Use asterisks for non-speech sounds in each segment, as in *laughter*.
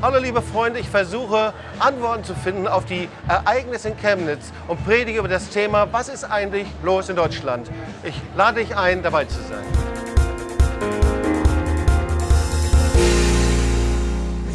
Hallo liebe Freunde, ich versuche Antworten zu finden auf die Ereignisse in Chemnitz und predige über das Thema, was ist eigentlich los in Deutschland. Ich lade dich ein, dabei zu sein.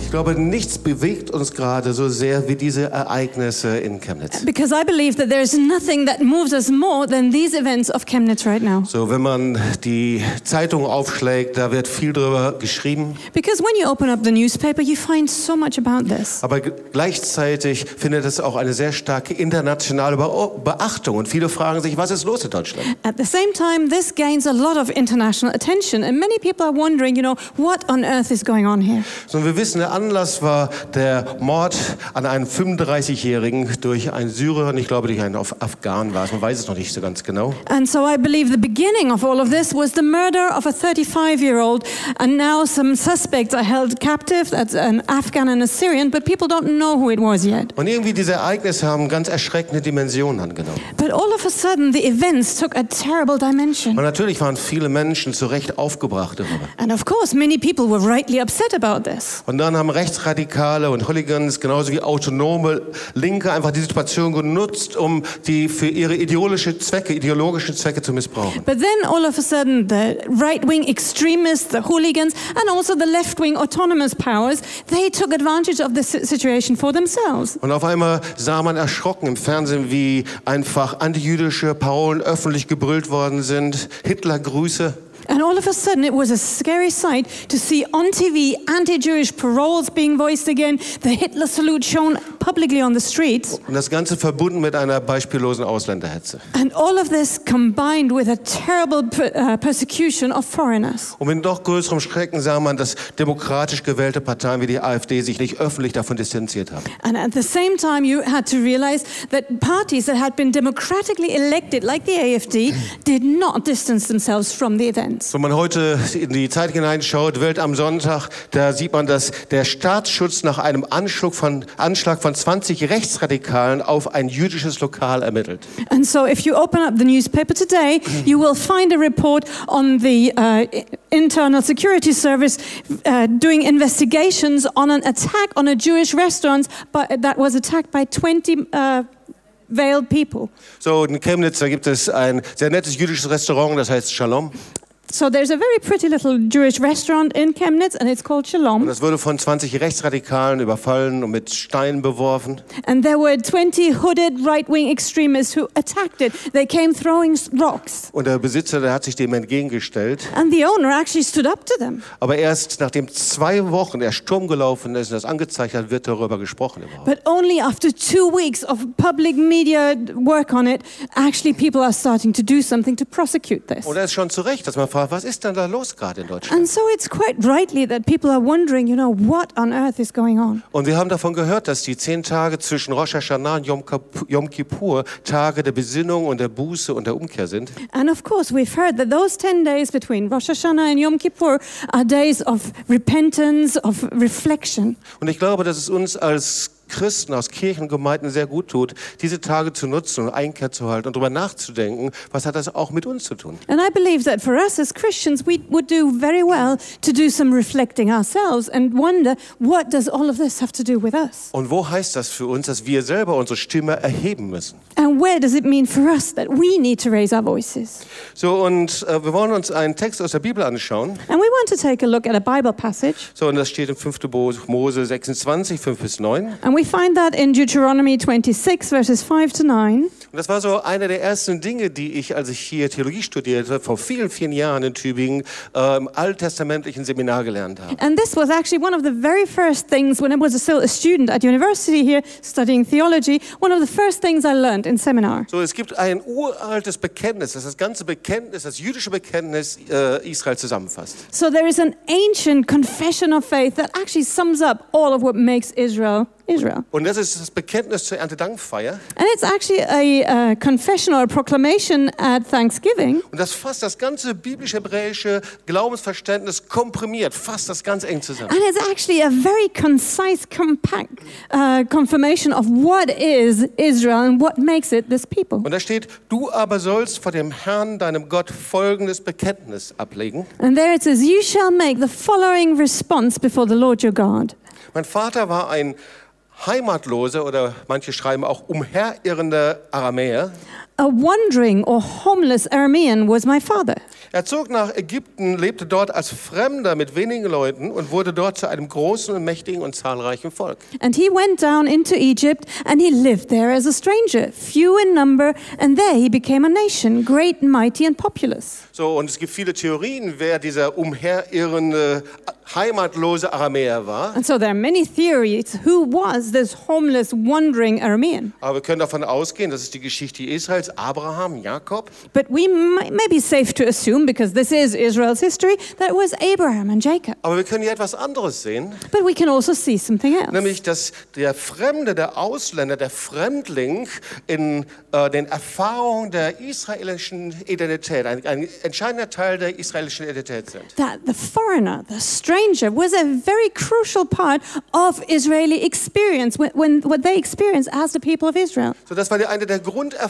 Ich glaube, nichts bewegt uns gerade so sehr wie diese Ereignisse in Chemnitz. Because I believe that there is nothing that moves us more than these events of Chemnitz right now. So, wenn man die Zeitung aufschlägt, da wird viel drüber geschrieben, Because when you open up the newspaper, you find so much about this. aber g- gleichzeitig findet es auch eine sehr starke internationale Beo- Beachtung. Und viele fragen sich, was ist los in Deutschland? At the same time, this gains a lot of international attention, and many people are wondering, you know, what on earth is going on here? So, wir wissen, der Anlass war der Mord an einem 35-Jährigen durch einen Syrer und ich glaube durch einen Af- Afghan war es. Man weiß es noch nicht so ganz genau. And so I believe the beginning of all of this was the murder of a 35 year old, and now some suspects are held captive. That's an Afghan and a Syrian, but people don't know who it was yet. Und irgendwie diese Ereignisse haben ganz erschreckende Dimensionen angenommen. But all of a sudden, the events took a terrible dimension. Und natürlich waren viele Menschen zu Recht aufgebracht darüber. And of course, many people were rightly upset about this. Und dann haben Rechtsradikale und Hooligans genauso wie autonome Linke einfach die Situation genutzt, um die für ihre ideologische Zwecke, ideologischen Zwecke zu missbrauchen. But then all of a sudden, the right wing extremists, the hooligans, and also the left wing autonomous powers, they took advantage of this si- situation for themselves. Und auf einmal sah man erschrocken im Fernsehen, wie einfach antijüdische Parolen öffentlich gebrüllt worden sind, Hitlergrüße. And all of a sudden, it was a scary sight to see on TV anti Jewish paroles being voiced again, the Hitler salute shown publicly on the streets, Und das Ganze verbunden mit einer beispiellosen Ausländerhetze. and all of this combined with a terrible per- uh, persecution of foreigners. Und mit noch Um größerem Schrecken sah man, dass demokratisch gewählte Parteien wie die AfD sich nicht öffentlich davon distanziert haben. And at the same time, you had to realize that parties that had been democratically elected, like the AFD, did not distance themselves from the events. Wenn man heute in die Zeit hineinschaut, Welt am Sonntag, da sieht man, dass der Staatsschutz nach einem Anschlag von, Anschlag von 20 Rechtsradikalen auf ein jüdisches Lokal ermittelt. And so, if you open up the newspaper today, you will find a report on the uh, I- Internal Security Service uh, doing investigations on an attack on a Jewish restaurant by, that was attacked by 20 uh, veiled people. So, in Chemnitz, da gibt es ein sehr nettes jüdisches Restaurant, das heißt Shalom. So, there's a very pretty little Jewish restaurant in Chemnitz, and it's called Shalom. Das wurde von 20 Rechtsradikalen überfallen und mit Steinen beworfen. And there were 20 hooded right wing extremists who attacked it. They came throwing s- rocks. Und der Besitzer, der hat sich dem entgegengestellt. And the owner actually stood up to them. Aber erst nachdem zwei Wochen der Sturm gelaufen ist und das angezeigt hat, wird darüber gesprochen überhaupt. But only after two weeks of public media d- work on it, actually people are starting to do something to prosecute this. Und das ist schon zu Recht, dass man fragt, was ist denn da los gerade in Deutschland? And so it's quite rightly that people are wondering, you know, what on earth is going on? Und wir haben davon gehört, dass die zehn Tage zwischen Rosh Hashanah und Yom, Kap- Yom Kippur Tage der Besinnung und der Buße und der Umkehr sind. And of course, we've heard that those 10 days between Rosh Hashanah and Yom Kippur are days of repentance, of reflection. Und ich glaube, dass es uns als Christen aus Kirchen und Gemeinden sehr gut tut, diese Tage zu nutzen und Einkehr zu halten und darüber nachzudenken, was hat das auch mit uns zu tun. And I believe that for us as Christians, we would do very well to do some reflecting ourselves and wonder what does all of this have to do with us? Und wo heißt das für uns, dass wir selber unsere Stimme erheben müssen? And where does it mean for us that we need to raise our voices? So, und äh, wir wollen uns einen Text aus der Bibel anschauen. And we want to take a look at a Bible passage, So, und das steht im 5. Bo- Mose 26, 5 bis 9. and we find that in Deuteronomy 26, verses 5 to 9. Und das war so eine der ersten Dinge, die ich, als ich hier Theologie studierte, vor vielen, vielen Jahren in Tübingen, äh, im alttestamentlichen Seminar gelernt habe. And this was actually one of the very first things when I was still a student at university here studying theology, one of the first things I learned in seminar. So, es gibt ein uraltes Bekenntnis, das das ganze Bekenntnis, das jüdische Bekenntnis äh, Israel zusammenfasst. So there is an ancient confession of faith that actually sums up all of what makes Israel Israel. Und das ist das Bekenntnis zur Erntedankfeier. And it's actually a uh, confession or a proclamation at Thanksgiving. Und das fasst das ganze biblisch-hebräische Glaubensverständnis komprimiert, fasst das ganz eng zusammen. And it's actually a very concise, compact uh, confirmation of what is Israel and what makes it this people. Und da steht, du aber sollst vor dem Herrn, deinem Gott, folgendes Bekenntnis ablegen. And there it says, You shall make the following response before the Lord your God. Mein Vater war ein heimatloser oder manche schreiben auch umherirrender Aramäer. A wandering or homeless Aramean was my father. Er zog nach Ägypten, lebte dort als Fremder mit wenigen Leuten und wurde dort zu einem großen und mächtigen und zahlreichen Volk. And he went down into Egypt and he lived there as a stranger, few in number, and there he became a nation, great and mighty and populous. So, und es gibt viele Theorien, wer dieser umherirrende, heimatlose Aramäer war. And so there are many theories who was this homeless wandering Aramean. Aber wir können davon ausgehen, das ist die Geschichte Israels, Abraham, Jakob. But we might, may be safe to assume, because this is Israel's history, that it was Abraham and Jacob. Aber wir können hier etwas anderes sehen, But we can also see something else. nämlich dass der Fremde, der Ausländer, der Fremdling in äh, den Erfahrungen der israelischen Identität, ein, ein entscheidender Teil der israelischen Identität sind. That the foreigner, the stranger, was a very crucial part of Israeli experience, when, when what they experienced as the people of Israel. So, das war die- eine der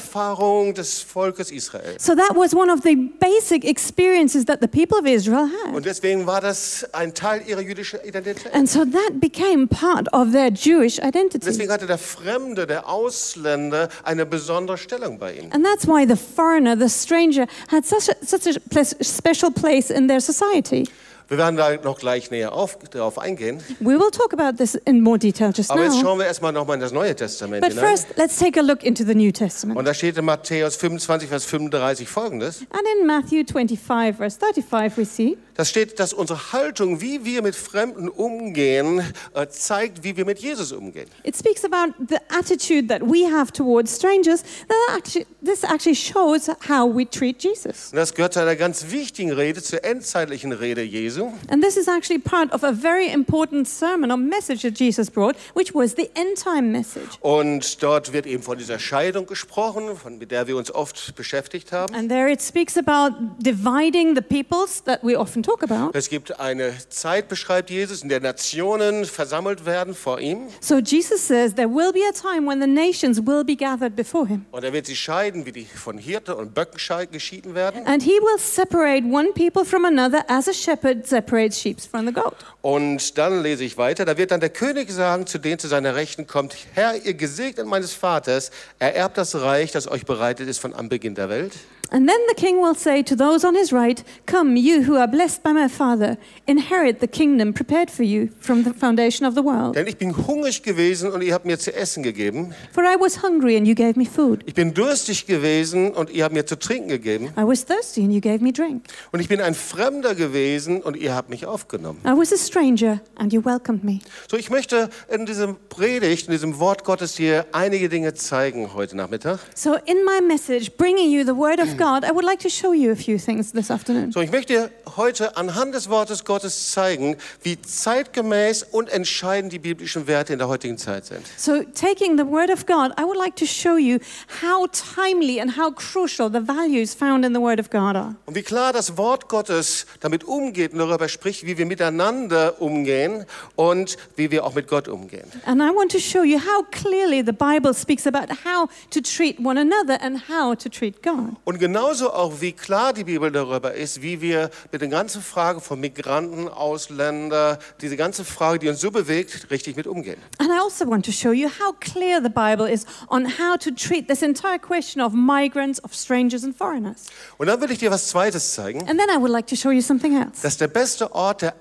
Grunderfahrungen des Volkes Israel. So that was one of the basic experiences that the people of Israel had. Und deswegen war das ein Teil ihrer jüdischen Identität. And so that became part of their Jewish identity. Deswegen hatte der Fremde, der Ausländer eine besondere Stellung bei ihnen. And that's why the foreigner, the stranger, had such a, such a ples- special place in their society. Wir werden da noch gleich näher auf, darauf eingehen. We will talk about this in more detail just Aber jetzt now. schauen wir erstmal nochmal in das Neue Testament Genau. But hinein. first, let's take a look into the New Testament. Und da steht in Matthäus 25, Vers 35 folgendes. And in Matthew 25, verse 35, we see Da steht, dass unsere Haltung, wie wir mit Fremden umgehen, äh, zeigt, wie wir mit Jesus umgehen. it speaks about the attitude that we have towards strangers. That actu this actually shows how we treat Jesus. Und das gehört zu einer ganz wichtigen Rede, zur endzeitlichen Rede Jesu. And this is actually part of a very important sermon or message that Jesus brought, which was the end time message. Und dort wird eben von dieser Scheidung gesprochen, von, mit der wir uns oft beschäftigt haben. And there it speaks about dividing the peoples that we often talk about. Es gibt eine Zeit, beschreibt Jesus, in der Nationen versammelt werden vor ihm. So Jesus says there will be a time when the nations will be gathered before him. Und er wird sie scheiden, wie die von Hirte und Böcken schei- geschieden werden. And he will separate one people from another as a shepherd separates sheep from the goat. Und dann lese ich weiter. Da wird dann der König sagen zu denen zu seiner Rechten kommt, Herr, ihr Gesegnet meines Vaters, ererbt das Reich, das euch bereitet ist von Anbeginn der Welt. And then the king will say to those on his right, Come, you who are blessed by my father, inherit the kingdom prepared for you from the foundation of the world. Denn ich bin hungrig gewesen und ihr habt mir zu essen gegeben. For I was hungry and you gave me food. Ich bin durstig gewesen und ihr habt mir zu trinken gegeben. I was thirsty and you gave me drink. Und ich bin ein Fremder gewesen und ihr habt mich aufgenommen. I was a stranger and you welcomed me. So, ich möchte in diesem Predigt, in diesem Wort Gottes dir einige Dinge zeigen heute Nachmittag. So, in my message, bringing you the word of God, I would like to show you a few things this afternoon. So, ich möchte dir heute anhand des Wortes Gottes zeigen, wie zeitgemäß und entscheidend die biblischen Werte in der heutigen Zeit sind. So, taking the Word of God, I would like to show you how timely and how crucial the values found in the Word of God are. Und wie klar das Wort Gottes damit umgeht und darüber spricht, wie wir miteinander umgehen und wie wir auch mit Gott umgehen. And I want to show you how clearly the Bible speaks about how to treat one another and how to treat God. Und genauso auch, wie klar die Bibel darüber ist, wie wir mit den ganzen Fragen von Migranten, Ausländer, diese ganze Frage, die uns so bewegt, richtig mit umgehen. And I also want to show you how clear the Bible is on how to treat this entire question of migrants, of strangers, and foreigners. Und dann will ich dir was Zweites zeigen, And then I would like to show you something else. dass der beste Ort der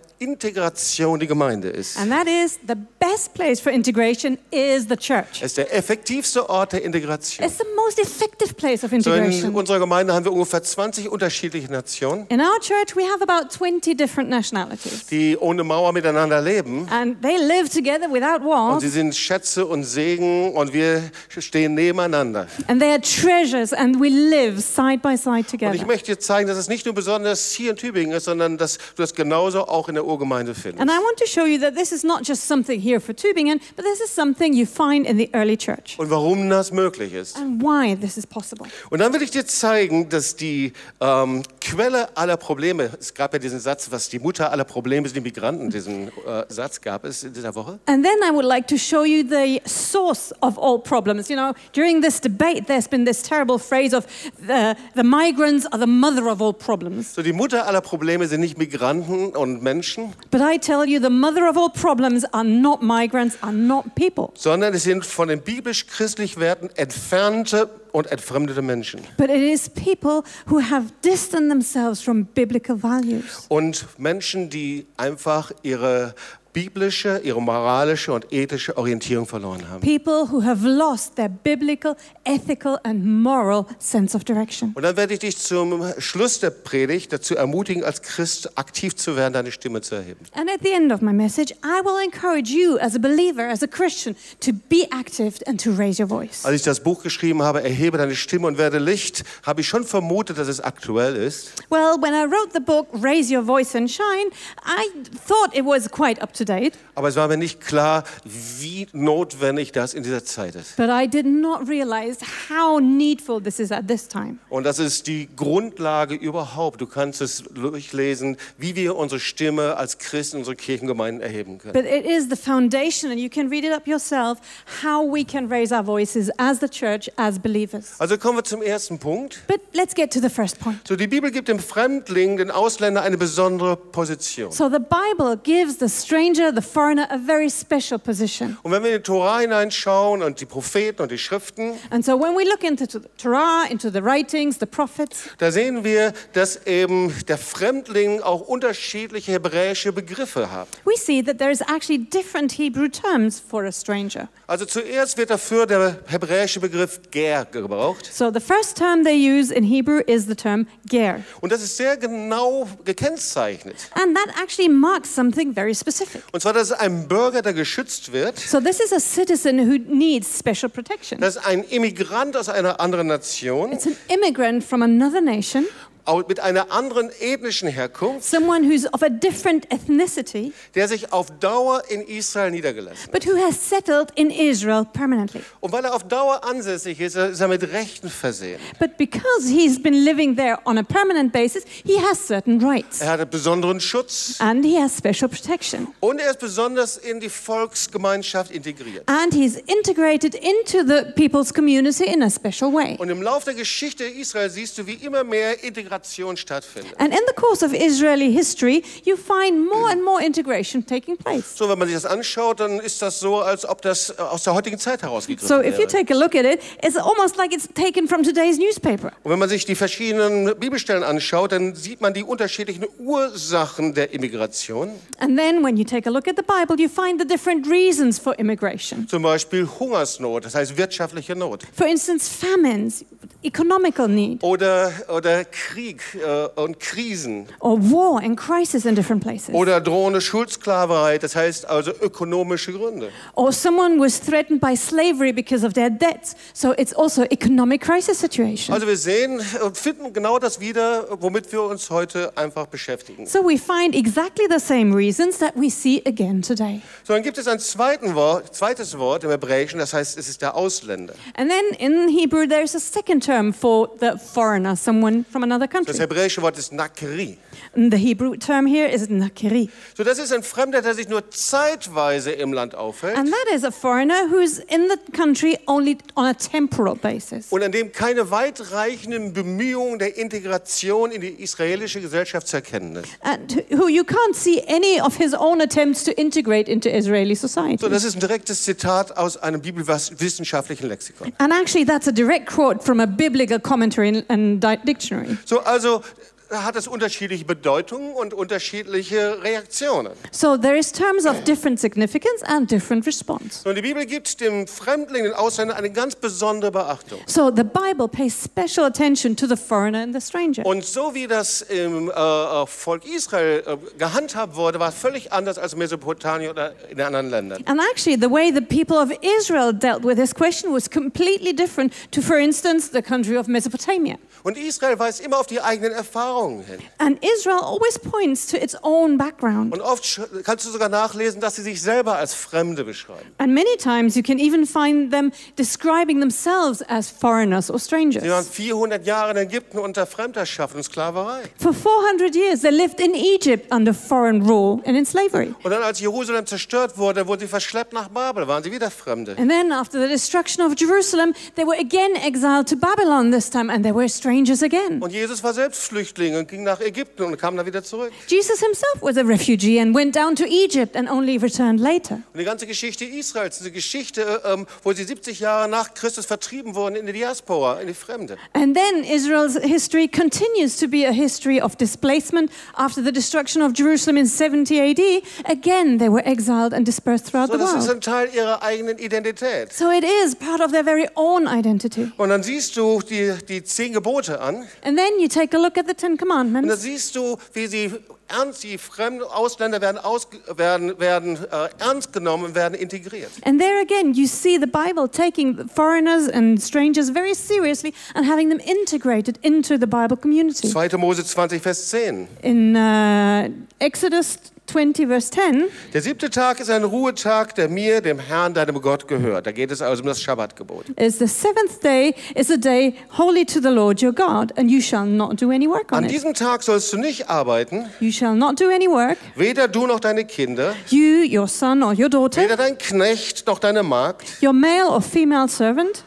Integration die Gemeinde ist. And that is the best place for integration is the church. Es ist der effektivste Ort der Integration. It's the most effective place of So in integration. unserer Gemeinde haben wir ungefähr 20 unterschiedliche Nationen, In our church, we have about 20 different nationalities. die ohne Mauer miteinander leben. And they live together without Und walls, sie sind Schätze und Segen und wir stehen nebeneinander. and they are treasures, and we live side by side Und ich together. möchte dir zeigen, dass es nicht nur besonders hier in Tübingen ist, sondern dass du das genauso auch in der Urgemeinde findest. And I want to show you that this is not just something here for Tübingen, but this is something you find in the early church. Und warum das möglich ist. And why this is possible. Und dann will ich dir zeigen, dass die ähm, Quelle aller Probleme, es gab ja diesen Satz, was die Mutter aller Probleme sind die Migranten, diesen äh, Satz gab es in dieser Woche. And then I would like to show you the source of all problems. You know, during this debate, there's been this terrible phrase of uh, the, the migrants are the mother of all problems. So, die Mutter aller Probleme sind nicht Migranten und Menschen, Menschen, But I tell you, the mother of all problems are not migrants, are not people, sondern es sind von den biblisch-christlich Werten entfernte und entfremdete Menschen. but it is people who have distanced themselves from biblical values. Und Menschen, die einfach ihre biblische, ihre moralische und ethische Orientierung verloren haben. People who have lost their biblical, ethical, and moral sense of direction. Und dann werde ich dich zum Schluss der Predigt dazu ermutigen, als Christ aktiv zu werden, deine Stimme zu erheben. And at the end of my message, I will encourage you as a believer, as a Christian, to be active and to raise your voice. Als ich das Buch geschrieben habe, Erhebe deine Stimme und werde Licht, habe ich schon vermutet, dass es aktuell ist. Well, when I wrote the book, Raise Your Voice and Shine, I thought it was quite up to date, Aber es war mir nicht klar, wie notwendig das in dieser Zeit ist. but I did not realize how needful this is at this time. Und das ist die Grundlage überhaupt. Du kannst es durchlesen, wie wir unsere Stimme als Christen, unsere Kirchengemeinden erheben können. But it is the foundation, and you can read it up yourself, how we can raise our voices as the church, as believers. Also kommen wir zum ersten Punkt. But let's get to the first point. So, die Bibel gibt dem Fremdling, den Ausländer, eine besondere Position. So the Bible gives the stranger, the foreigner, a very special position. Und wenn wir in die Tora hineinschauen und die Propheten und die Schriften, And so when we look into the Torah, into the writings, the prophets, da sehen wir, dass eben der Fremdling auch unterschiedliche hebräische Begriffe hat. we see that there's actually different Hebrew terms for a stranger. Also zuerst wird dafür der hebräische Begriff ger gebraucht. So the first term they use in Hebrew is the term ger. Und das ist sehr genau gekennzeichnet. And that actually marks something very specific. Und zwar, dass es ein Bürger, der geschützt wird, So this is a citizen who needs special protection. dass ein Immigrant aus einer anderen Nation, It's an immigrant from another nation, au- mit einer anderen ethnischen Herkunft, someone who's of a different ethnicity, der sich auf Dauer in Israel niedergelassen hat. but who has settled in Israel permanently. Und weil er auf Dauer ansässig ist, ist er mit Rechten versehen. But because he's been living there on a permanent basis, he has certain rights Er hat besonderen Schutz and he has special protection. und er ist besonders in die Volksgemeinschaft integriert. And he's integrated into the people's community in a special way. Und im Lauf der Geschichte Israel siehst du, wie immer mehr Integration stattfindet. And in the course of Israeli history, you find more and more integration taking place. So, wenn man sich das anschaut, dann ist das so, als ob das äh, aus der heutigen Zeit herausgegriffen So if you wäre. take a look at it, it's almost like it's taken from today's newspaper. Und wenn man sich die verschiedenen Bibelstellen anschaut, dann sieht man die unterschiedlichen Ursachen der Immigration. And then when you take a look at the Bible, you find the different reasons for immigration. Zum Beispiel Hungersnot, das heißt wirtschaftliche Not. For instance, famines, economical need, Oder, oder Krieg äh, und Krisen. or war and crisis in different places. Oder drohende Schuldsklaverei, das heißt also ökonomische Gründe. Or someone was threatened by slavery because of their debts. So it's also economic crisis situation. Also wir sehen und finden genau das wieder, womit wir uns heute einfach beschäftigen. So we find exactly the same reasons that we see again today. So, dann gibt es ein zweiten Wort, zweites Wort im Hebräischen, das heißt, es ist der Ausländer. And then in Hebrew, there's a second term for the foreigner, someone from another Das country. hebräische Wort ist Nakri. And the Hebrew term here is nakiri. So, das ist ein Fremder, der sich nur zeitweise im Land aufhält And that is a foreigner who's in the country only on a temporal basis. und an dem keine weitreichenden Bemühungen der Integration in die israelische Gesellschaft zu erkennen ist. And who you can't see any of his own attempts to integrate into Israeli society. So, das ist ein direktes Zitat aus einem bibelwissenschaftlichen Lexikon. And actually, that's a direct quote from a biblical commentary and, and di- dictionary. So, also hat es unterschiedliche Bedeutungen und unterschiedliche Reaktionen. So there is terms of different significance and different response. Und die Bibel gibt dem Fremdling, den Ausländer, eine ganz besondere Beachtung. So the Bible pays special attention to the foreigner and the stranger. Und so wie das im äh, äh, Volk Israel äh, gehandhabt wurde, war völlig anders als in Mesopotamien oder in anderen Ländern. And actually, the way the people of Israel dealt with this question was completely different to, for instance, the country of Mesopotamia. Und Israel weist immer auf die eigenen Erfahrungen hin. And Israel always points to its own background. Und oft sch- kannst du sogar nachlesen, dass sie sich selber als Fremde beschreiben. And many times you can even find them describing themselves as foreigners or Sie waren strangers. 400 Jahre in Ägypten unter Fremderschaft und Sklaverei. For 400 years, they lived in Egypt under foreign rule and in slavery. Und dann, als Jerusalem zerstört wurde, wurden sie verschleppt nach Babel, waren sie wieder Fremde. And then, after the destruction of Jerusalem, they were again exiled to Babylon this time, and they were strangers again. Und Jesus war selbst Flüchtling Flüchtling und ging nach Ägypten und kam dann wieder zurück. Jesus himself was a refugee and went down to Egypt and only returned later. Und die ganze Geschichte Israels, diese Geschichte, äh, ähm, wo sie 70 Jahre nach Christus vertrieben wurden in die Diaspora, in die Fremde. And then Israel's history continues to be a history of displacement. After the destruction of Jerusalem in 70 AD, again they were exiled and dispersed throughout So, the das ist world. ein Teil ihrer eigenen Identität. So it is part of their very own identity. Und dann siehst du die, die zehn Gebote an And then you take a look at the Ten und dann Commandments, siehst du, wie sie ernst, die fremden Ausländer werden, aus, werden, werden äh, ernst genommen, werden integriert. and there again you see the Bible taking foreigners and strangers very seriously and having them integrated into the Bible community. 2. Mose 20, Vers 10. In uh, Exodus 20, verse 10, Der siebte Tag ist ein Ruhetag, der mir, dem Herrn, deinem Gott gehört. Da geht es also um das Schabbatgebot. is the seventh day is a day holy to the Lord your God, and you shall not do any work on An it. diesem Tag sollst du nicht arbeiten, You shall not do any work, weder du noch deine Kinder, you, your son or your daughter, weder dein Knecht noch deine Magd, your male or female servant,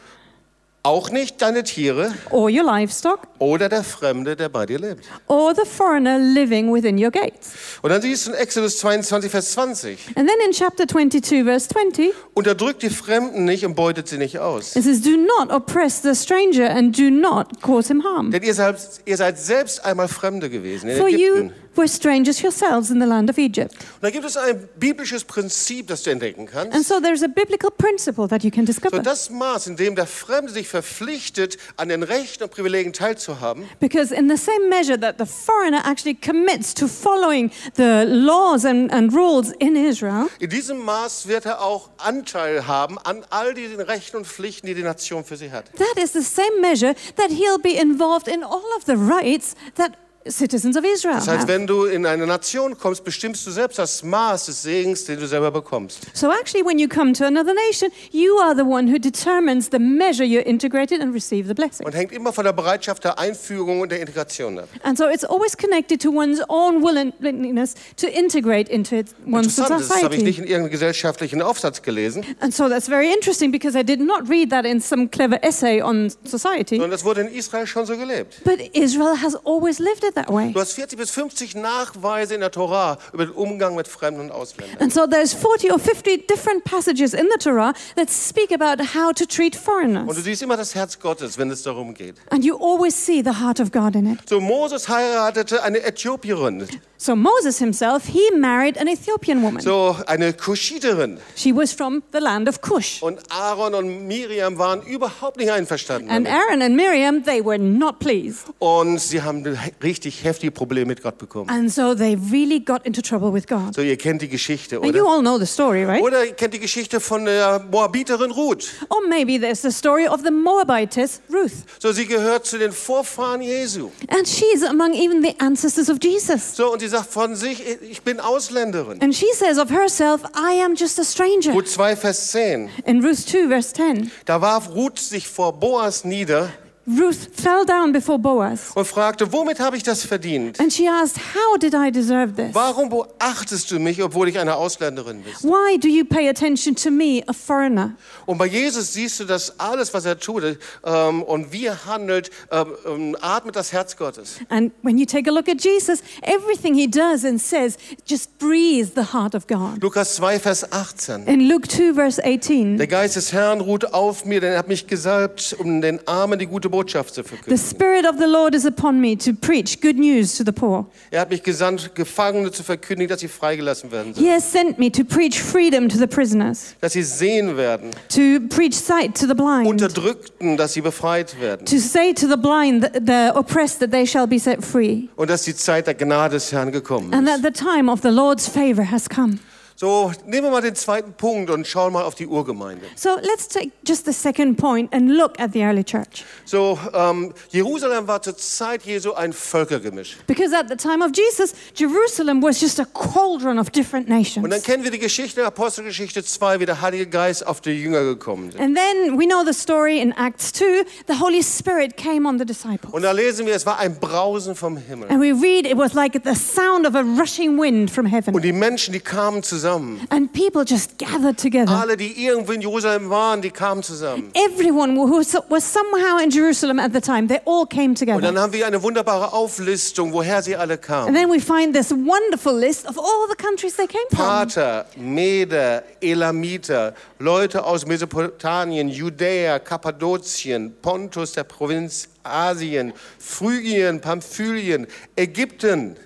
auch nicht deine Tiere or your livestock, oder der Fremde, der bei dir lebt. or the foreigner living within your gates. Und dann siehst du in Exodus 22, Vers 20. And then in chapter 22, verse 20, Unterdrückt die Fremden nicht und beutet sie nicht aus. it says, Do not oppress the stranger and do not cause him harm. Denn ihr seid, ihr seid selbst einmal Fremde gewesen in For you Ägypten. were strangers yourselves in the land of Egypt. Und da gibt es ein biblisches Prinzip, das du entdecken And kannst. so there's a biblical principle that you can So discover. das Maß, in dem der Fremde sich verpflichtet, an den Rechten und Privilegien teilzuhaben, Because, in the same measure that the foreigner actually commits to following the laws and, and rules in Israel, in diesem Maß wird er auch Anteil haben an all diesen Rechten und Pflichten, die die Nation für sie hat. that is the same measure that he'll be involved in all of the rights that citizens of Israel Das heißt, have. wenn du in eine Nation kommst, bestimmst du selbst das Maß des Segens, den du selber bekommst. So, actually, when you come to another nation, you are the one who determines the measure you're integrated and receive the blessing. Und hängt immer von der Bereitschaft der Einfügung und der Integration ab. And so it's always connected to one's own willingness to integrate into it- one's Interessant, das habe ich nicht society. in irgendeinem gesellschaftlichen Aufsatz gelesen, And so that's very interesting because I did not read that in some clever essay on society. sondern das wurde in Israel schon so gelebt. But Israel has always lived it that way. Du hast 40 bis 50 Nachweise in der Torah über den Umgang mit Fremden und Ausländern. And so there's 40 or 50 different passages in the Torah that speak about how to Und treat du foreigners. siehst immer das Herz Gottes, wenn es darum geht. And you always see the heart of God in it. So, Moses heiratete eine Äthiopierin, So Moses himself, he married an Ethiopian woman. so eine Kuschiterin. She was from the land of Cush. Und Aaron und Miriam waren überhaupt nicht einverstanden. And Damit. Aaron and Miriam, they were not pleased. Und sie haben richtig heftige Probleme mit Gott bekommen. And so they really got into trouble with God. So, ihr kennt die Geschichte, Now, you oder? all know the story, right? Oder ihr kennt die Geschichte von der Moabiterin Ruth. Or maybe there's the story of the Moabitess, Ruth. So, sie gehört zu den Vorfahren Jesu. And she's among even the ancestors of Jesus. So, und sie sagt von sich, ich bin Ausländerin. And she says of herself, I am just a stranger. Ruth 2, Vers 10. In Ruth 2, verse 10, Da warf Ruth sich vor Boas nieder Ruth fell down before Boaz. und fragte, womit habe ich das verdient? And she asked, How did I deserve this? Warum beachtest du mich, obwohl ich eine Ausländerin bin? Why do you pay attention to me, a foreigner? Und bei Jesus siehst du, dass alles, was er tut ähm, und wie er handelt, ähm, ähm, atmet das Herz Gottes. And when you take a look at Jesus, everything he does and says just breathes the heart of God. Lukas 2, Vers 18. In Luke 2, verse 18, Der Geist des Herrn ruht auf mir, denn er hat mich gesalbt, um den Armen die gute Botschaft zu the verkünden. Spirit of the Lord is upon me to preach good news to the poor. Er hat mich gesandt, Gefangene zu verkündigen, dass sie freigelassen werden sollen, He has sent me to preach freedom to the prisoners, dass sie sehen werden, to preach sight to the blind, Unterdrückten, dass sie befreit werden to say to the blind, the, the oppressed, that they shall be set free. und dass die Zeit der Gnade des Herrn gekommen And ist. that the time of the Lord's favor has come. So, nehmen wir mal den zweiten Punkt und schauen mal auf die Urgemeinde. So let's take just the second point and look at the early church. So, ähm, Jerusalem war zur Zeit Jesu ein Völkergemisch. Because at the time of Jesus, Jerusalem was just a cauldron of different Und dann nations. kennen wir die Geschichte in Apostelgeschichte 2, wie der Heilige Geist auf die Jünger gekommen ist. And then we know the story in Acts 2 the Holy Spirit came on the disciples. Und da lesen wir, es war ein Brausen vom Himmel. And we read it was like the sound of a rushing wind from heaven. Und die Menschen, die kamen zusammen. And people just gathered together. Alle, die irgendwo in Jerusalem waren, die kamen zusammen. Everyone who was was somehow in Jerusalem at the time, they all came Und dann together. haben wir eine wunderbare Auflistung, woher sie alle And kamen. then we find this wonderful list of all the countries they came from. Parther, Meder, Elamiter, Leute aus Mesopotamien, Judäa, Kappadokien, Pontus, der Provinz Asien, Phrygien, Pamphylien, Ägypten.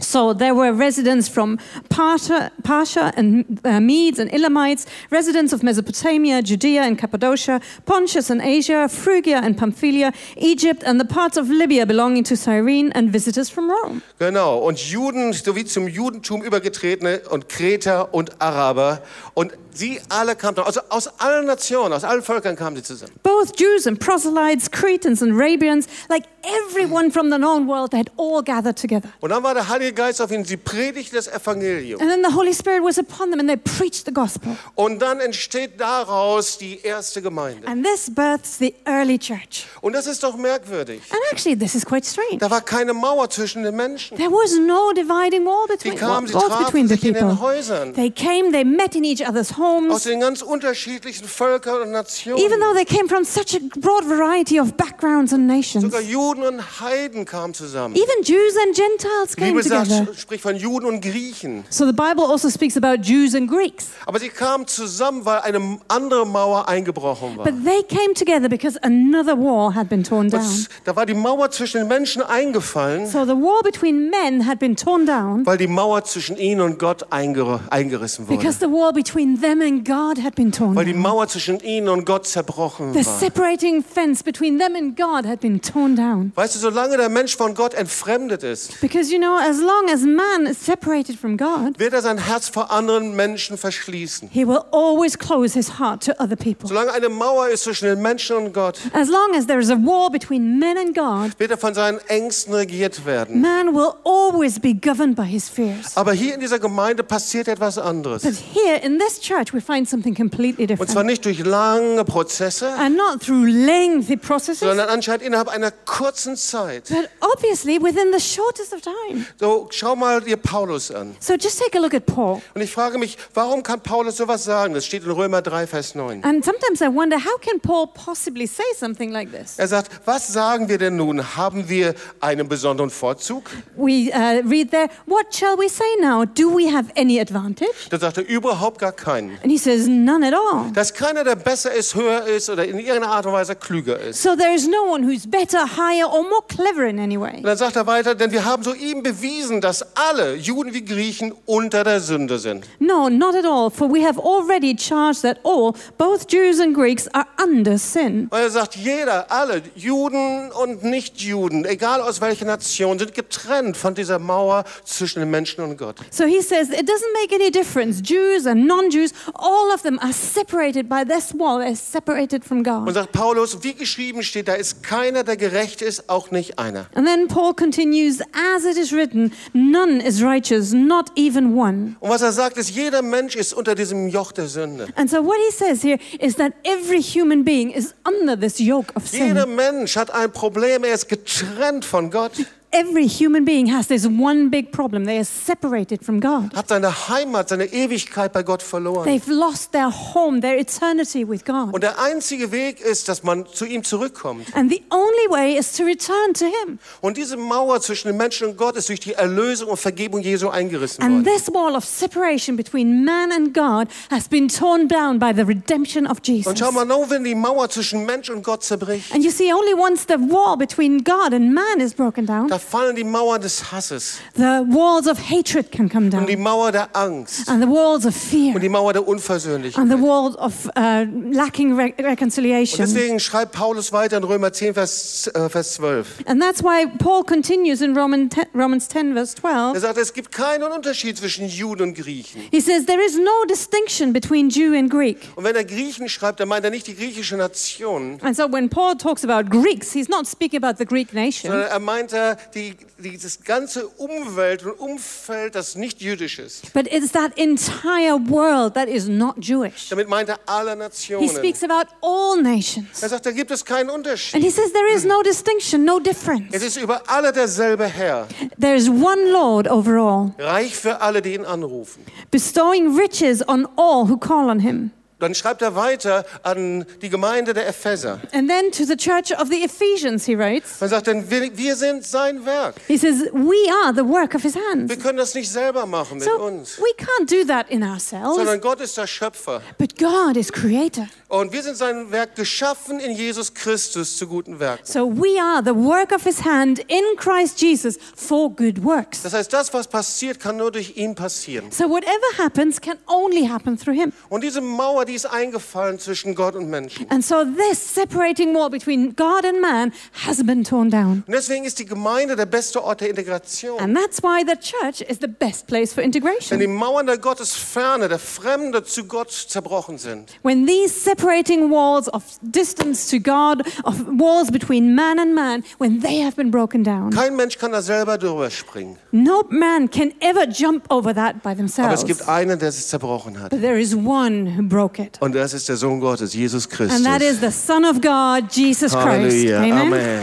So there were residents from Parta, Pasha and uh, Medes and Elamites, residents of Mesopotamia, Judea and Cappadocia, Pontus and Asia, Phrygia and Pamphylia, Egypt and the parts of Libya belonging to Cyrene, and visitors from Rome. Genau, und Juden sowie zum Judentum übergetretene und Kreter und Araber. Und sie alle kamen, also aus allen Nationen, aus allen Völkern kamen sie zusammen. Both Jews and proselytes, Cretans and Arabians, like everyone from the known world, they had all gathered together. Und dann war der Heilige Geist auf ihnen, sie predigten das Evangelium. And then the Holy Spirit was upon them and they preached the gospel. Und dann entsteht daraus die erste Gemeinde. And this births the early church. Und das ist doch merkwürdig. And actually, this is quite strange. Da war keine Mauer zwischen den Menschen. There was no dividing wall Die between, kamen, sie walls trafen between the sich in den people. Häusern. They came, they met in each other's Aus homes. den ganz unterschiedlichen Völkern und Even Nationen. though they came from such a broad variety of backgrounds and nations, Sogar Juden und Heiden kamen zusammen. even Jews and Gentiles Die came Bibel together. sagt, spricht von Juden und Griechen. So the Bible also speaks about Jews and Greeks. Aber sie kamen zusammen, weil eine andere Mauer eingebrochen war. But they came together because another wall had been torn down. Das, da war die Mauer zwischen den Menschen eingefallen, So the wall between men had been torn down weil die Mauer zwischen ihnen und Gott einge eingerissen wurde. because the wall between them and God had been torn Weil die down. Mauer zwischen ihnen und Gott zerbrochen The war. separating fence between them and God had been torn down. Weißt du, solange der Mensch von Gott entfremdet ist, Because you know, as long as man is separated from God, wird er sein Herz vor anderen Menschen verschließen. he will always close his heart to other people. Solange eine Mauer ist zwischen den Menschen und Gott, As long as there is a war between men and God, wird er von seinen Ängsten regiert werden. man will always be governed by his fears. Aber hier in dieser Gemeinde passiert etwas anderes. But here in this church, we find something completely Und zwar different. nicht durch lange Prozesse, And not through lengthy processes, sondern anscheinend innerhalb einer kurzen Zeit. but obviously within the shortest of time. So, schau mal dir Paulus an. So just take a look at Paul. Und ich frage mich, warum kann Paulus sowas sagen? Das steht in Römer 3, Vers 9. And sometimes I wonder how can Paul possibly say something like this? Er sagt, was sagen wir denn nun? Haben wir einen besonderen Vorzug? We uh, read there, What shall we say now? Do we have any advantage? Dann sagt er, überhaupt gar keinen. And he says, None at all. Dass keiner, der besser ist, höher ist oder in irgendeiner Art und Weise klüger ist. So there is no one who's better, higher, or more clever in any way. Und dann sagt er weiter, denn wir haben soeben bewiesen, dass alle, Juden wie Griechen, unter der Sünde sind. No, not at all, for we have already charged that all, both Jews and Greeks, are under sin. Und er sagt, jeder, alle, Juden und Nichtjuden, egal aus welcher Nation, sind getrennt von dieser Mauer zwischen den Menschen und Gott. So he says it doesn't make any difference. Jews and non Jews, all of them are separated by this wall, they're separated from Und God. sagt Paulus, wie geschrieben steht, da ist keiner, der gerecht ist, auch nicht einer. And then Paul continues, As it is written, none is righteous, not even one. Und was er sagt, ist, jeder Mensch ist unter diesem Joch der Sünde. And so what he says here is that every human being is under this yoke of sin. Jeder Mensch hat ein Problem, er ist getrennt von Gott, Every human being has this one big problem. They are separated from God. hat seine Heimat, seine Ewigkeit bei Gott verloren. They've lost their home, their eternity with God. Und der einzige Weg ist, dass man zu ihm zurückkommt. And the only way is to return to Him. Und diese Mauer zwischen den Menschen und Gott ist durch die Erlösung und Vergebung Jesu eingerissen worden. And this wall of separation between man and God has been torn down by the redemption of Und Jesus. schau mal, nur wenn die Mauer zwischen Mensch und Gott zerbricht, And you see, only once the wall between God and man is broken down, da fallen die Mauern des Hasses the walls of hatred can come und die down, Mauer der Angst and the walls of und fear, die Mauer der Unversöhnlichkeit. and the walls of uh, lacking re- Und reconciliation. deswegen schreibt Paulus weiter in Römer 10, Vers, äh, Vers 12. And that's why Paul continues in Roman te- Romans 10, verse Er 12. sagt, es gibt keinen Unterschied zwischen Juden und Griechen. He says, There is no distinction between Jew and Greek. Und wenn er Griechen schreibt, dann meint er nicht die griechische Nation, And so when Paul talks about Greeks, he's not speaking about the Greek nation, sondern Äh, er meint er die, die, das ganze Umwelt und Umfeld, das nicht jüdisch ist. But it's that entire world that is not Jewish. Damit meint er alle He Nationen. speaks about all nations. Er sagt, da gibt es keinen Unterschied. And he says there is no distinction, no Es difference. ist über alle derselbe Herr, There is one Lord over all, reich für alle, die ihn anrufen. bestowing riches on all who call on him. Dann schreibt er weiter an die Gemeinde der Epheser. And then to the church of the Ephesians, he writes, Dann sagt er, wir, wir sind sein Werk. he says, We are the work of his hands. Wir können das nicht selber machen mit So uns, we can't do that in ourselves, sondern Gott ist der Schöpfer. but God is creator. Und wir sind sein Werk geschaffen in Jesus Christus zu guten Werken. So we are the work of his hand in Christ Jesus for good works. Das heißt, das, was passiert, kann nur durch ihn passieren. So whatever happens can only happen through him. Und diese Mauer, die ist eingefallen zwischen Gott und Menschen. And so this separating wall between God and man has been torn down. Und deswegen ist die Gemeinde der beste Ort der Integration. And that's why the church is the best place for Wenn integration. die Mauern der Gottesferne, der Fremde zu Gott zerbrochen sind, When these separating walls of distance to God, of walls between man and man, when they have been broken down, kein Mensch kann da selber drüber springen. no man can ever jump over that by Aber es themselves. gibt einen, der es zerbrochen hat. But there is one who broke it. Und das ist der Sohn Gottes, Jesus Christus. And that is the Son of God, Jesus Christ. Halleluja. Amen. Amen.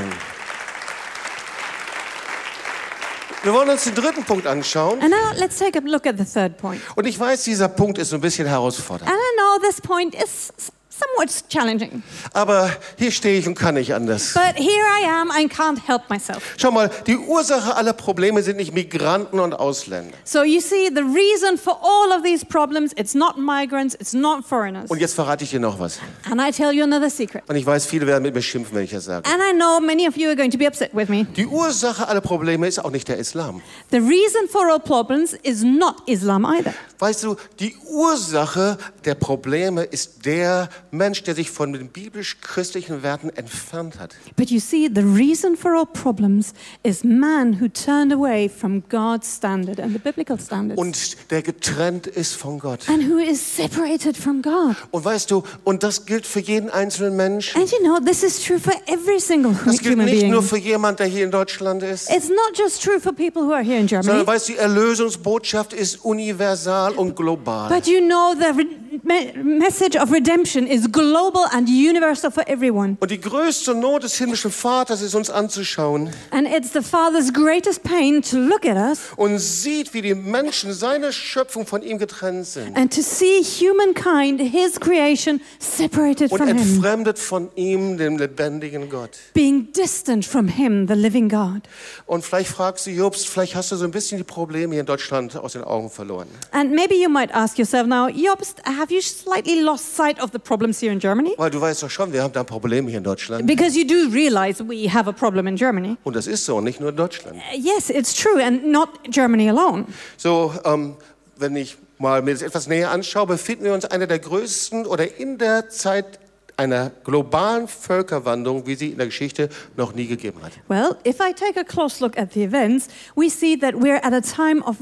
Wir wollen uns den dritten Punkt anschauen. And now let's take a look at the third point. Und ich weiß, dieser Punkt ist so ein bisschen herausfordernd. And I know this point is s- somewhat challenging, Aber hier stehe ich und kann nicht anders. but here I am and can't help myself. Schau mal, die Ursache aller Probleme sind nicht Migranten und Ausländer. So you see, the reason for all of these problems, it's not migrants, it's not foreigners. Und jetzt verrate ich dir noch was. And I tell you another secret. Und ich weiß, viele werden mit mir schimpfen, wenn ich das sage. And I know many of you are going to be upset with me. Die Ursache aller Probleme ist auch nicht der Islam. The reason for all problems is not Islam either. Weißt du, die Ursache der Probleme ist der Mensch, der sich von den biblisch-christlichen Werten entfernt hat. But you see, the reason for all problems is man who turned away from God's standard and the biblical standards. und der getrennt ist von Gott. and who is separated from God. Und weißt du, und das gilt für jeden einzelnen Menschen. And you know, this is true for every single hu- Das gilt human nicht being. nur für jemand, der hier in Deutschland ist, It's not just true for people who are here in Germany, sondern weißt du, die Erlösungsbotschaft ist universal und global. but you know, the re- me- message of redemption is global and universal for everyone. Und die größte Not des himmlischen Vaters ist uns anzuschauen And it's the Father's greatest pain to look at us und sieht, wie die Menschen seiner Schöpfung von ihm getrennt sind and to see humankind, His creation, separated und from Him, entfremdet von ihm, dem lebendigen Gott. being distant from Him, the living God. Und vielleicht fragst du Jobst, vielleicht hast du so ein bisschen die Probleme hier in Deutschland aus den Augen verloren. And maybe you might ask yourself now, Jobst, have you slightly lost sight of the problems here in Germany? Weil du weißt doch schon, wir haben da ein Problem hier in Deutschland. Because you do realize we have a problem in Germany. Und das ist so, nicht nur in Deutschland. Uh, Yes, it's true, and not Germany alone. So, ähm, wenn ich mal mir das etwas näher anschaue, befinden wir uns einer der größten oder in der Zeit einer globalen Völkerwanderung, wie sie in der Geschichte noch nie gegeben hat. Well, if I take a close look at the events, we see that we're at a time of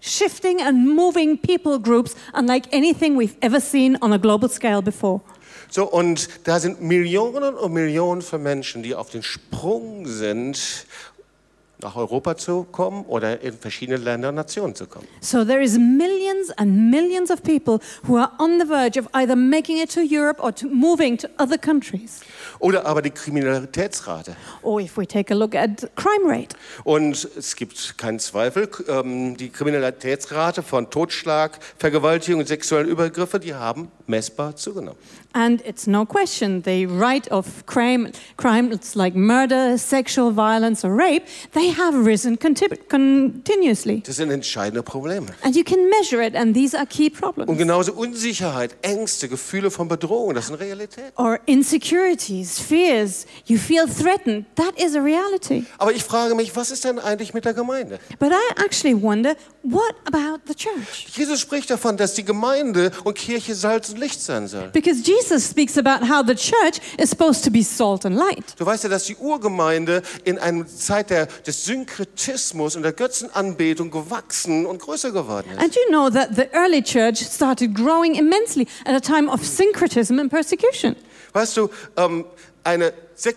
shifting and moving people groups unlike anything we've ever seen on a global scale before. So, und da sind Millionen und Millionen von Menschen, die auf den Sprung sind, nach Europa zu kommen oder in verschiedene Länder und Nationen zu kommen. So there is millions and millions of people who are on the verge of either making it to Europe or to moving to other countries. Oder aber die Kriminalitätsrate. Or if we take a look at crime rate, Und es gibt keinen Zweifel, k- ähm, die Kriminalitätsrate von Totschlag, Vergewaltigung und sexuellen Übergriffe, die haben messbar zugenommen. And it's no question the right of crime, crimes like murder, sexual violence, or rape, they have risen conti- continuously. Das sind entscheidende Probleme. And you can measure it, and these are key Und problems. genauso Unsicherheit, Ängste, Gefühle von Bedrohung, das sind Realität. Or insecurities, fears, you feel threatened. That is a reality. Aber ich frage mich, was ist denn eigentlich mit der Gemeinde? But I actually wonder what about the church? Jesus spricht davon, dass die Gemeinde und Kirche Salz und Licht sein soll. Because Jesus speaks about how the church is supposed to be salt and light. Du weißt ja, dass die Urgemeinde in einer Zeit der, des Synkretismus und der Götzenanbetung gewachsen und größer geworden ist. And you know that the early church started growing immensely at a time of syncretism and persecution. Weißt du, ähm, eine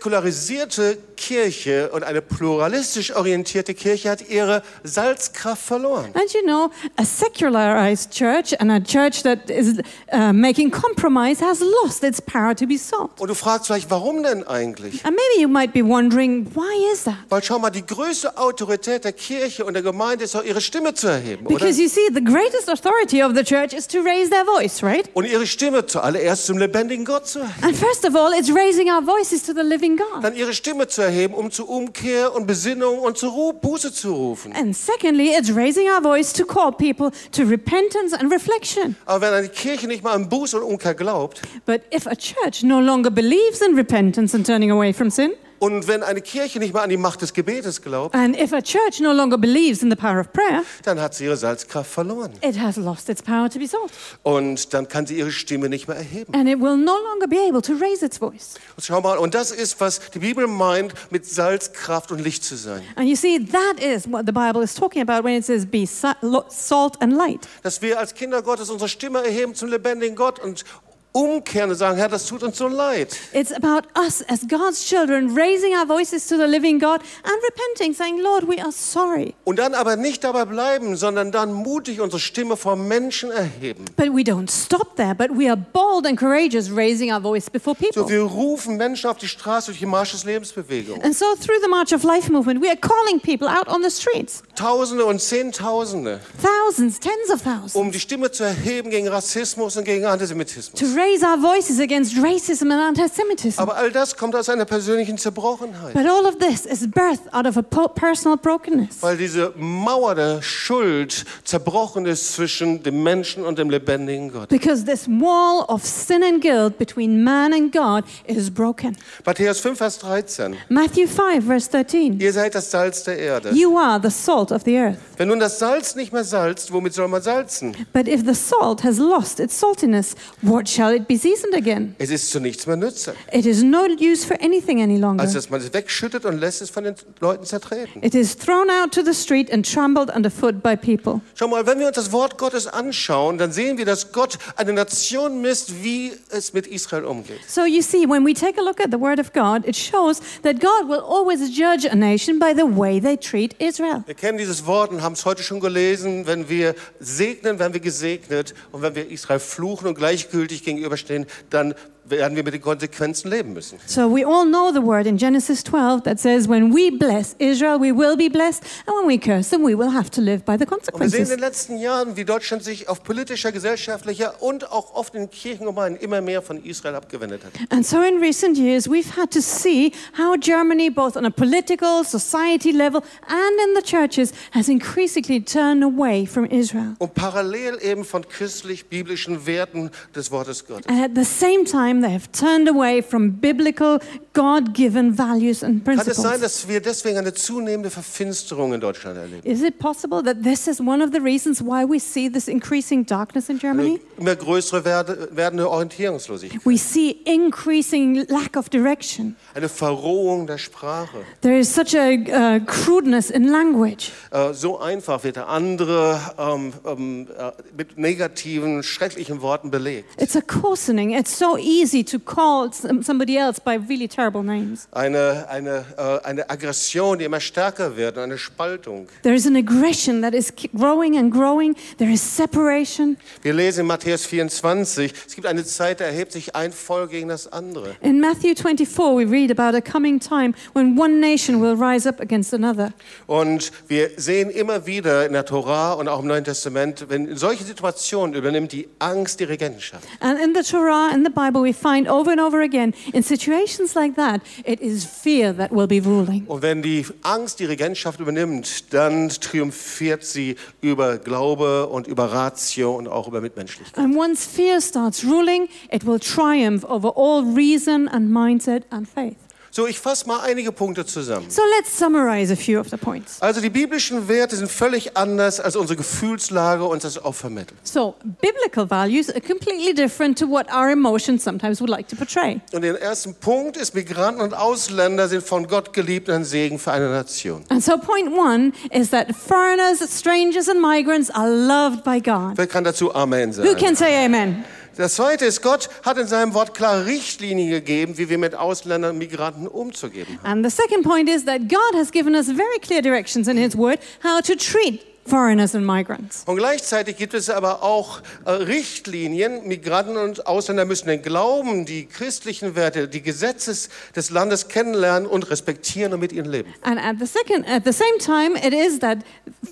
säkularisierte Kirche und eine pluralistisch orientierte Kirche hat ihre Salzkraft verloren. And you know, a secularized church and a church that is uh, making compromise has lost its power to be salt. Und du fragst vielleicht, warum denn eigentlich? And maybe you might be wondering, why is that? Weil schau mal, die größte Autorität der Kirche und der Gemeinde ist doch ihre Stimme zu erheben, oder? Because you see, the greatest authority of the church is to raise their voice, right? Und ihre Stimme zuallererst zum lebendigen Gott zu erheben. And first of all, it's raising our voices to the living God. Dann ihre Stimme zu erheben, um zu Umkehr und Besinnung und zur Ru Buße zu rufen. And secondly, it's raising our voice to call people to repentance and reflection. Aber wenn eine Kirche nicht mal an Buße und Umkehr glaubt But if a church no longer believes in repentance and turning away from sin, und wenn eine Kirche nicht mal an die Macht des Gebetes glaubt, and if a church no longer believes in the power of prayer, dann hat sie ihre Salzkraft verloren. it has lost its power to be salt. Und dann kann sie ihre Stimme nicht mehr erheben. And it will no longer be able to raise its voice. Und schau mal, und das ist, was die Bibel meint, mit Salzkraft und Licht zu sein. And you see, that is what the Bible is talking about when it says, be sa- lo- salt and light. Dass wir als Kinder Gottes unsere Stimme erheben zum lebendigen Gott und umkehren und sagen, Herr, das tut uns so leid. It's about us as God's children raising our voices to the living God and repenting, saying, Lord, we are sorry. Und dann aber nicht dabei bleiben, sondern dann mutig unsere Stimme vor Menschen erheben. But we don't stop there, but we are bold and courageous, raising our voice before people. So, wir rufen Menschen auf die Straße durch die Marsch des *laughs* Lebensbewegung. and so, through the March of Life movement, we are calling people out on the streets, Tausende und Zehntausende, thousands, tens of thousands, um die Stimme zu erheben gegen Rassismus und gegen Antisemitismus. to raise our voices against racism and anti Semitism. Aber all das kommt aus einer persönlichen Zerbrochenheit. But all of this is birthed out of a po- personal brokenness. Weil diese Mauer der Schuld zerbrochen ist zwischen dem Menschen und dem lebendigen Gott. Because this wall of sin and guilt between man and God is broken. Matthäus 5, Vers 13. Matthew 5, verse 13. Ihr seid das Salz der Erde. You are the salt of the earth. Wenn nun das Salz nicht mehr salzt, womit soll man salzen? But if the salt has lost its saltiness, what shall it be seasoned again? Es ist zu nichts mehr nütze, It is no use for anything any longer. als dass man es wegschüttet und lässt es von den Leuten zertreten. It is thrown out to the street and trampled underfoot by people. Schau mal, wenn wir uns das Wort Gottes anschauen, dann sehen wir, dass Gott eine Nation misst, wie es mit Israel umgeht. So you see, when we take a look at the Word of God, it shows that God will always judge a nation by the way they treat Israel. Wir kennen dieses Wort und haben es heute schon gelesen. Wenn wir segnen, werden wir gesegnet. Und wenn wir Israel fluchen und gleichgültig gegenüberstehen, dann werden wir mit den Konsequenzen leben müssen. So we all know the word in Genesis 12 that says, when we bless Israel, we will be blessed, and when we curse them, we will have to live by the Und wir sehen in consequences. den letzten Jahren, wie Deutschland sich auf politischer, gesellschaftlicher und auch oft in Kirchengemeinden immer mehr von Israel abgewendet hat. And so in recent years, we've had to see how Germany, both on a political, society level, and in the churches, has increasingly turned away from Israel. Und parallel eben von christlich-biblischen Werten des Wortes Gottes. And at the same time, they have turned away from biblical, God given values and Kann es sein, principles. dass wir deswegen eine zunehmende Verfinsterung in Deutschland erleben? Is it possible that this is one of the reasons why we see this increasing darkness in Germany? Eine immer größere werde- werdende Orientierungslosigkeit, We see increasing lack of direction. eine Verrohung der Sprache. There is such a uh, crudeness in language. Äh, so einfach wird der andere ähm, ähm, äh, mit negativen, schrecklichen Worten belegt. It's a coarsening. It's so easy to call some- somebody else by really terrible names. Eine, eine, äh, eine Aggression, die immer stärker wird, und eine Spaltung. There is an aggression that is ki- growing and growing. There is separation. Wir lesen in Matthäus 24, es gibt eine Zeit, da erhebt sich ein Volk gegen das andere. In Matthew 24, we read about a coming time when one nation will rise up against another. Und wir sehen immer wieder in der Tora und auch im Neuen Testament, wenn in solchen Situationen übernimmt die Angst die Regentschaft. And in the Torah and the Bible, we find over and over again, in situations like that, it is fear that will be ruling. Und wenn die Angst die Regentschaft übernimmt, dann triumphiert sie über Glaube und über Ratio und auch über Mitmenschlichkeit. And once fear starts ruling, it will triumph over all reason and mindset and faith. So, ich fasse mal einige Punkte zusammen. So let's summarize a few of the points. Also die biblischen Werte sind völlig anders, als unsere Gefühlslage uns das oft vermittelt. So, biblical values are completely different to what our emotions sometimes would like to portray. Und den ersten Punkt ist, Migranten und Ausländer sind von Gott geliebt und ein Segen für eine Nation. And so, point one is that foreigners, strangers, and migrants are loved by God. Wer kann dazu Amen Who sagen? can say amen? Das Zweite ist, Gott hat in seinem Wort klare Richtlinien gegeben, wie wir mit Ausländern und Migranten umzugehen haben. And the second point is that God has given us very clear directions in His Word how to treat foreigners and migrants. Und gleichzeitig gibt es aber auch äh, Richtlinien. Migranten und Ausländer müssen den Glauben, die christlichen Werte, die Gesetzes des Landes kennenlernen und respektieren und mit ihnen leben. And at the second, at the same time, it is that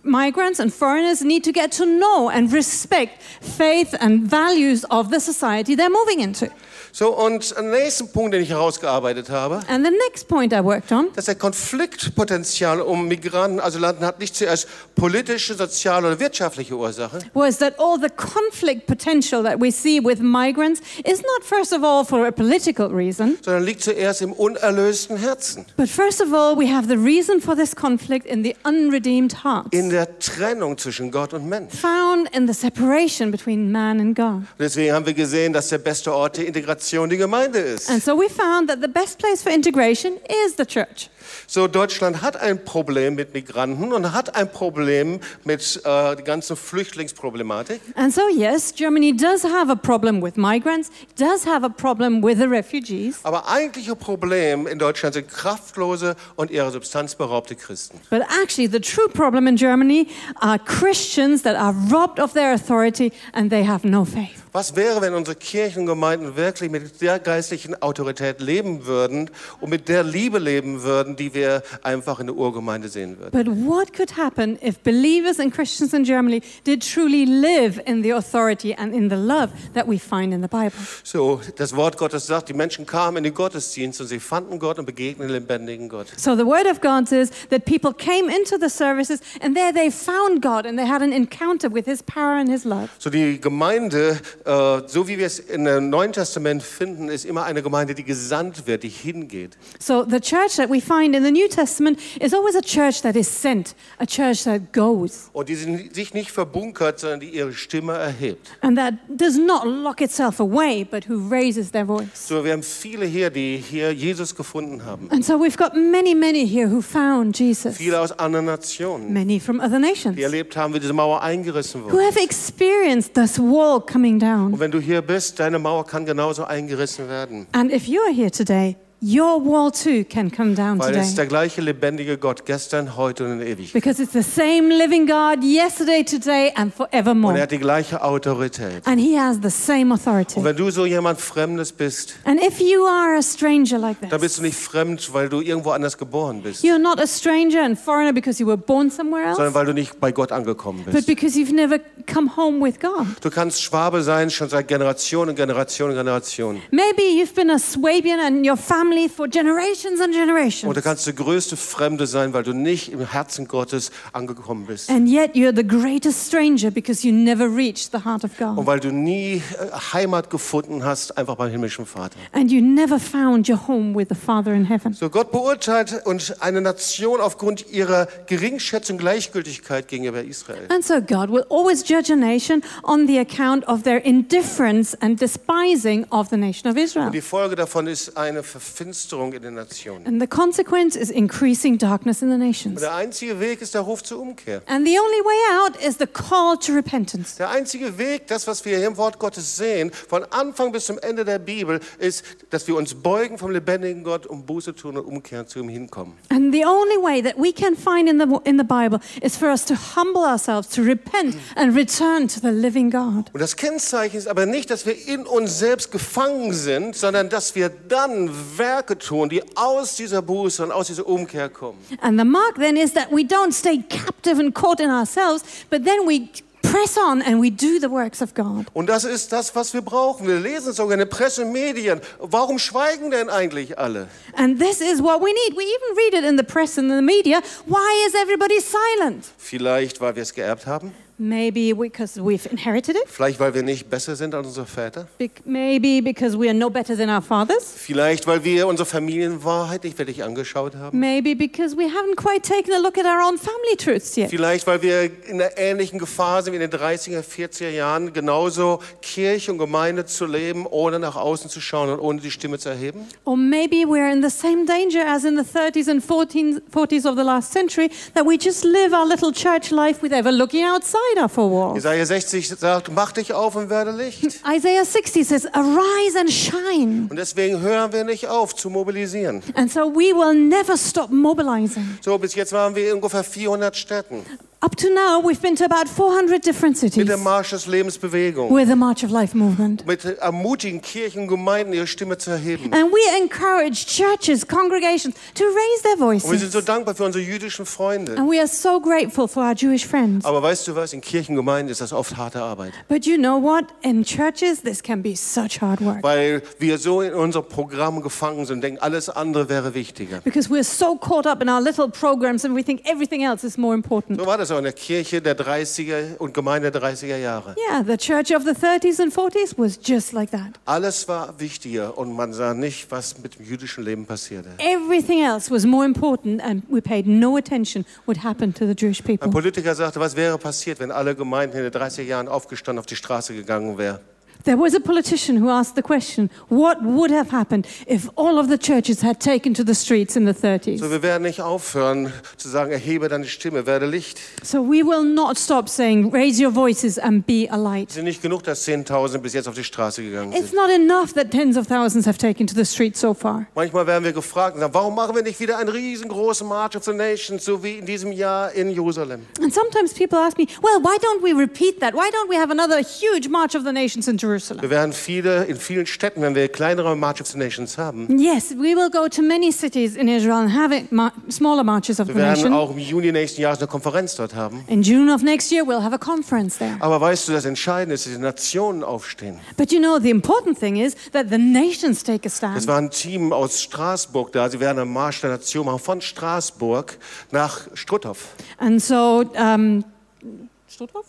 migrants and foreigners need to get to know and respect faith and values of the society they're moving into. So, und am nächsten Punkt, den ich herausgearbeitet habe, And the next point I worked on dass der Konfliktpotenzial um Migranten, also Landen hat nicht zuerst politische, soziale oder wirtschaftliche Ursachen, was that all the conflict potential that we see with migrants is not first of all for a political reason, sondern liegt zuerst im unerlösten Herzen, but first of all we have the reason for this conflict in the unredeemed hearts. in der Trennung zwischen Gott und Mensch. Found in the separation between man and God. Deswegen haben wir gesehen, dass der beste Ort der Integration die Gemeinde ist. And so we found that the best place for integration is the church. So, Deutschland hat ein Problem mit Migranten und hat ein Problem mit äh, der ganzen Flüchtlingsproblematik. And so, yes, Germany does have a problem with migrants, does have a problem with the refugees, Aber eigentliche Problem in Deutschland sind kraftlose und ihrer Substanz beraubte Christen. but actually, the true problem in Germany are Christians that are robbed of their authority and they have no faith. Was wäre, wenn unsere Kirchen und Gemeinden wirklich mit der geistlichen Autorität leben würden und mit der Liebe leben würden, die wir einfach in der Urgemeinde sehen würden? But what could happen if believers and Christians in Germany did truly live in the authority and in the love that we find in the Bible? So, das Wort Gottes sagt, die Menschen kamen in den Gottesdienst und sie fanden Gott und begegneten dem lebendigen Gott. So, the word of God says that people came into the services and there they found God and they had an encounter with His power and His love. So die Gemeinde, äh, so wie wir es in dem Neuen Testament finden, ist immer eine Gemeinde, die gesandt wird, die hingeht. So the church that we find in the New Testament is always a church that is sent, a church that goes, Und die sind- sich nicht verbunkert, sondern die ihre Stimme erhebt. and that does not lock itself away, but who raises their voice. So wir haben viele hier, die hier Jesus gefunden haben. And so we've got many, many here who found Jesus, Viele aus anderen Nationen, many from die other nations, erlebt haben, wie diese Mauer eingerissen who wurde. have experienced this wall coming Und down. wenn du hier bist, deine Mauer kann genauso eingerissen werden. And if you are here today, your wall too can come down Weil es today. ist der gleiche lebendige Gott, gestern, heute und in Ewigkeit. Because it's the same living God yesterday, today, and Und er forevermore. hat die gleiche Autorität. And He has the same Und authority. wenn du so jemand Fremdes bist, And if you are a stranger like Da this, bist du nicht fremd, weil du irgendwo anders geboren bist, You're not a stranger and foreigner because you were born somewhere sondern else, weil du nicht bei Gott angekommen but bist. because you've never come home with God. Du kannst Schwabe sein, schon seit Generationen, Generationen, Generationen. Maybe you've been a Swabian and your family for generations Und and generations, du kannst der größte Fremde sein, weil du nicht im Herzen Gottes angekommen bist. and yet you're the greatest stranger because you never reached the heart of Und God, weil du nie äh, Heimat gefunden hast, einfach beim himmlischen Vater. and you never found your home with the Father in heaven. So, Gott beurteilt und eine Nation aufgrund ihrer Geringschätzung, Gleichgültigkeit gegenüber Israel. And so God will always judge a nation on the account of their indifference and despising of the nation of Israel. Die Folge davon ist eine Verfinsterung in den Nationen. And the consequence is increasing darkness in the Und nations. der einzige Weg ist der Ruf zur Umkehr. And the only way out is the call to repentance. Der einzige Weg, das, was wir hier im Wort Gottes sehen, von Anfang bis zum Ende der Bibel, ist, dass wir uns beugen vom lebendigen Gott, um Buße tun und umkehren zu ihm hinkommen. And the only way that we can find in the, in the Bible is for us to humble ourselves, to repent, and return to the living God. Und das Kennzeichen ist aber nicht, dass wir in uns selbst gefangen sind, sondern dass wir dann Werke tun, die aus dieser Buße und aus dieser Umkehr kommen. And the mark then is that we don't stay captive and caught in ourselves, but then we press on and we do the works of God. Und das ist das, was wir brauchen. Wir lesen es sogar in der Presse und Medien. Warum schweigen denn eigentlich alle? And this is what we need. We even read it in the press and in the media. Why is everybody silent? Vielleicht, weil wir es geerbt haben. Maybe because we've inherited it. Vielleicht, weil wir nicht besser sind als unsere Väter. Bec- Maybe because we are no better than our fathers. Vielleicht, weil wir unsere Familienwahrheit nicht wirklich angeschaut haben. Maybe because we haven't quite taken a look at our own family truths yet. Vielleicht, weil wir in einer ähnlichen Gefahr sind wie in den 30er, 40er Jahren, genauso Kirche und Gemeinde zu leben, ohne nach außen zu schauen und ohne die Stimme zu erheben. Or maybe we're in the same danger as in the 30s and 14, 40s of the last century that we just live our little church life without ever looking outside hide off our walls. Jesaja 60 sagt, mach dich auf und werde Licht. Isaiah 60 says, Arise and shine. Und deswegen hören wir nicht auf zu mobilisieren. And so we will never stop mobilizing. So, bis jetzt waren wir in ungefähr 400 Städten Up to now, we've been to about 400 different mit cities der Marsch des Lebensbewegung, with the March of Life movement. mit ermutigen Kirchen und Gemeinden, ihre Stimme zu erheben. And we encourage churches, congregations to raise their Und wir sind so voices. dankbar für unsere jüdischen Freunde. And we are so grateful for our Jewish friends. Aber weißt du was, in Kirchengemeinden ist das oft harte Arbeit, But you know what? In churches, this can be such hard work. weil wir so in unserem Programm gefangen sind und denken, alles andere wäre wichtiger. Because we're so caught up in our little programs and we think everything else is more important. So war das auch in der Kirche der 30er und Gemeinde der 30er Jahre. Yeah, the church of the 30s and 40s was just like that. Alles war wichtiger und man sah nicht, was mit dem jüdischen Leben passierte. Everything else was more important and we paid no attention what happened to the Jewish Ein people. Politiker sagte, was wäre passiert, wenn alle Gemeinden in den 30er Jahren aufgestanden auf die Straße gegangen wären? There was a politician who asked the question, what would have happened if all of the churches had taken to the streets in the 30s? So, Also wir werden nicht aufhören zu sagen, erhebe deine Stimme, werde Licht. So we will not stop saying, raise your voices and be a Es light. sind nicht genug, dass 10.000 bis jetzt auf die Straße gegangen It's sind. not enough that tens of thousands have taken to the streets so far. Manchmal werden wir gefragt und sagen, warum machen wir nicht wieder einen riesengroßen March of the Nations, so wie in diesem Jahr in Jerusalem? And sometimes people ask me, well, why don't we repeat that? Why don't we have another huge March of the Nations in Jerusalem? Wir werden viele, in vielen Städten, wenn wir kleinere March of the Nations haben, Yes, we will go to many cities in Israel and have it mar- smaller marches of the wir werden nation. auch im Juni nächsten Jahres eine Konferenz dort haben. In June of next year, we'll have a conference there. Aber weißt du, das Entscheidende ist, dass die Nationen aufstehen. But you know, the important thing is that the nations take a Es stand. war ein Team aus Straßburg da. Sie werden einen Marsch der Nation machen von Straßburg nach Struthof. And so, um, Stutthof?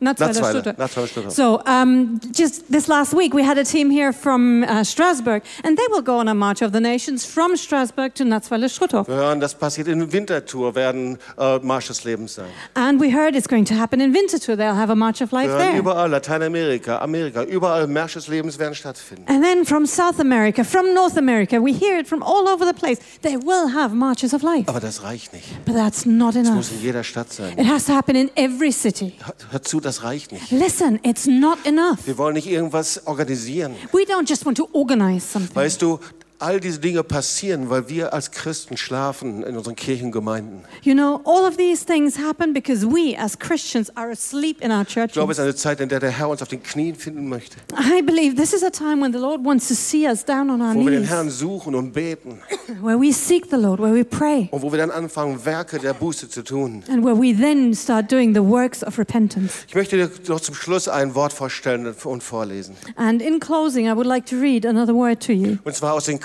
Natzweiler. Natzweiler, Natzweiler, Stutthof. So, um, just this last week, we had a team here from uh, Strasbourg, and they will go on a March of the Nations from Strasbourg to Natzweiler Struthof. Wir hören, das passiert in Winterthur, werden äh, Marsch des Lebens sein. And we heard it's going to happen in Winterthur. They'll have a March of Life Wir hören there. überall, Lateinamerika, Amerika, überall Marsch des Lebens werden stattfinden. And then from South America, from North America, we hear it from all over the place. They will have Marches of Life. Aber das reicht nicht. But that's not Das enough. muss in jeder Stadt sein. It has to happen in every city. Hört- Hört zu, das reicht nicht. Listen, it's not enough. Wir wollen nicht irgendwas organisieren. We don't just want to organize something. Weißt du, all diese Dinge passieren, weil wir als Christen schlafen in unseren Kirchengemeinden. You know, all of these things happen because we as Christians are asleep in our Ich glaube, es churches. ist eine Zeit, in der der Herr uns auf den Knien finden möchte, I believe this is a time when the Lord wants to see us down on our wo wir den knees, Herrn suchen und beten where we seek the Lord, where we pray, und wo wir dann anfangen, Werke der Buße zu tun. and where we then start doing the works of repentance. Ich möchte dir noch zum Schluss ein Wort vorstellen und vorlesen. And in closing, I would like to read another word to you. Und zwar aus den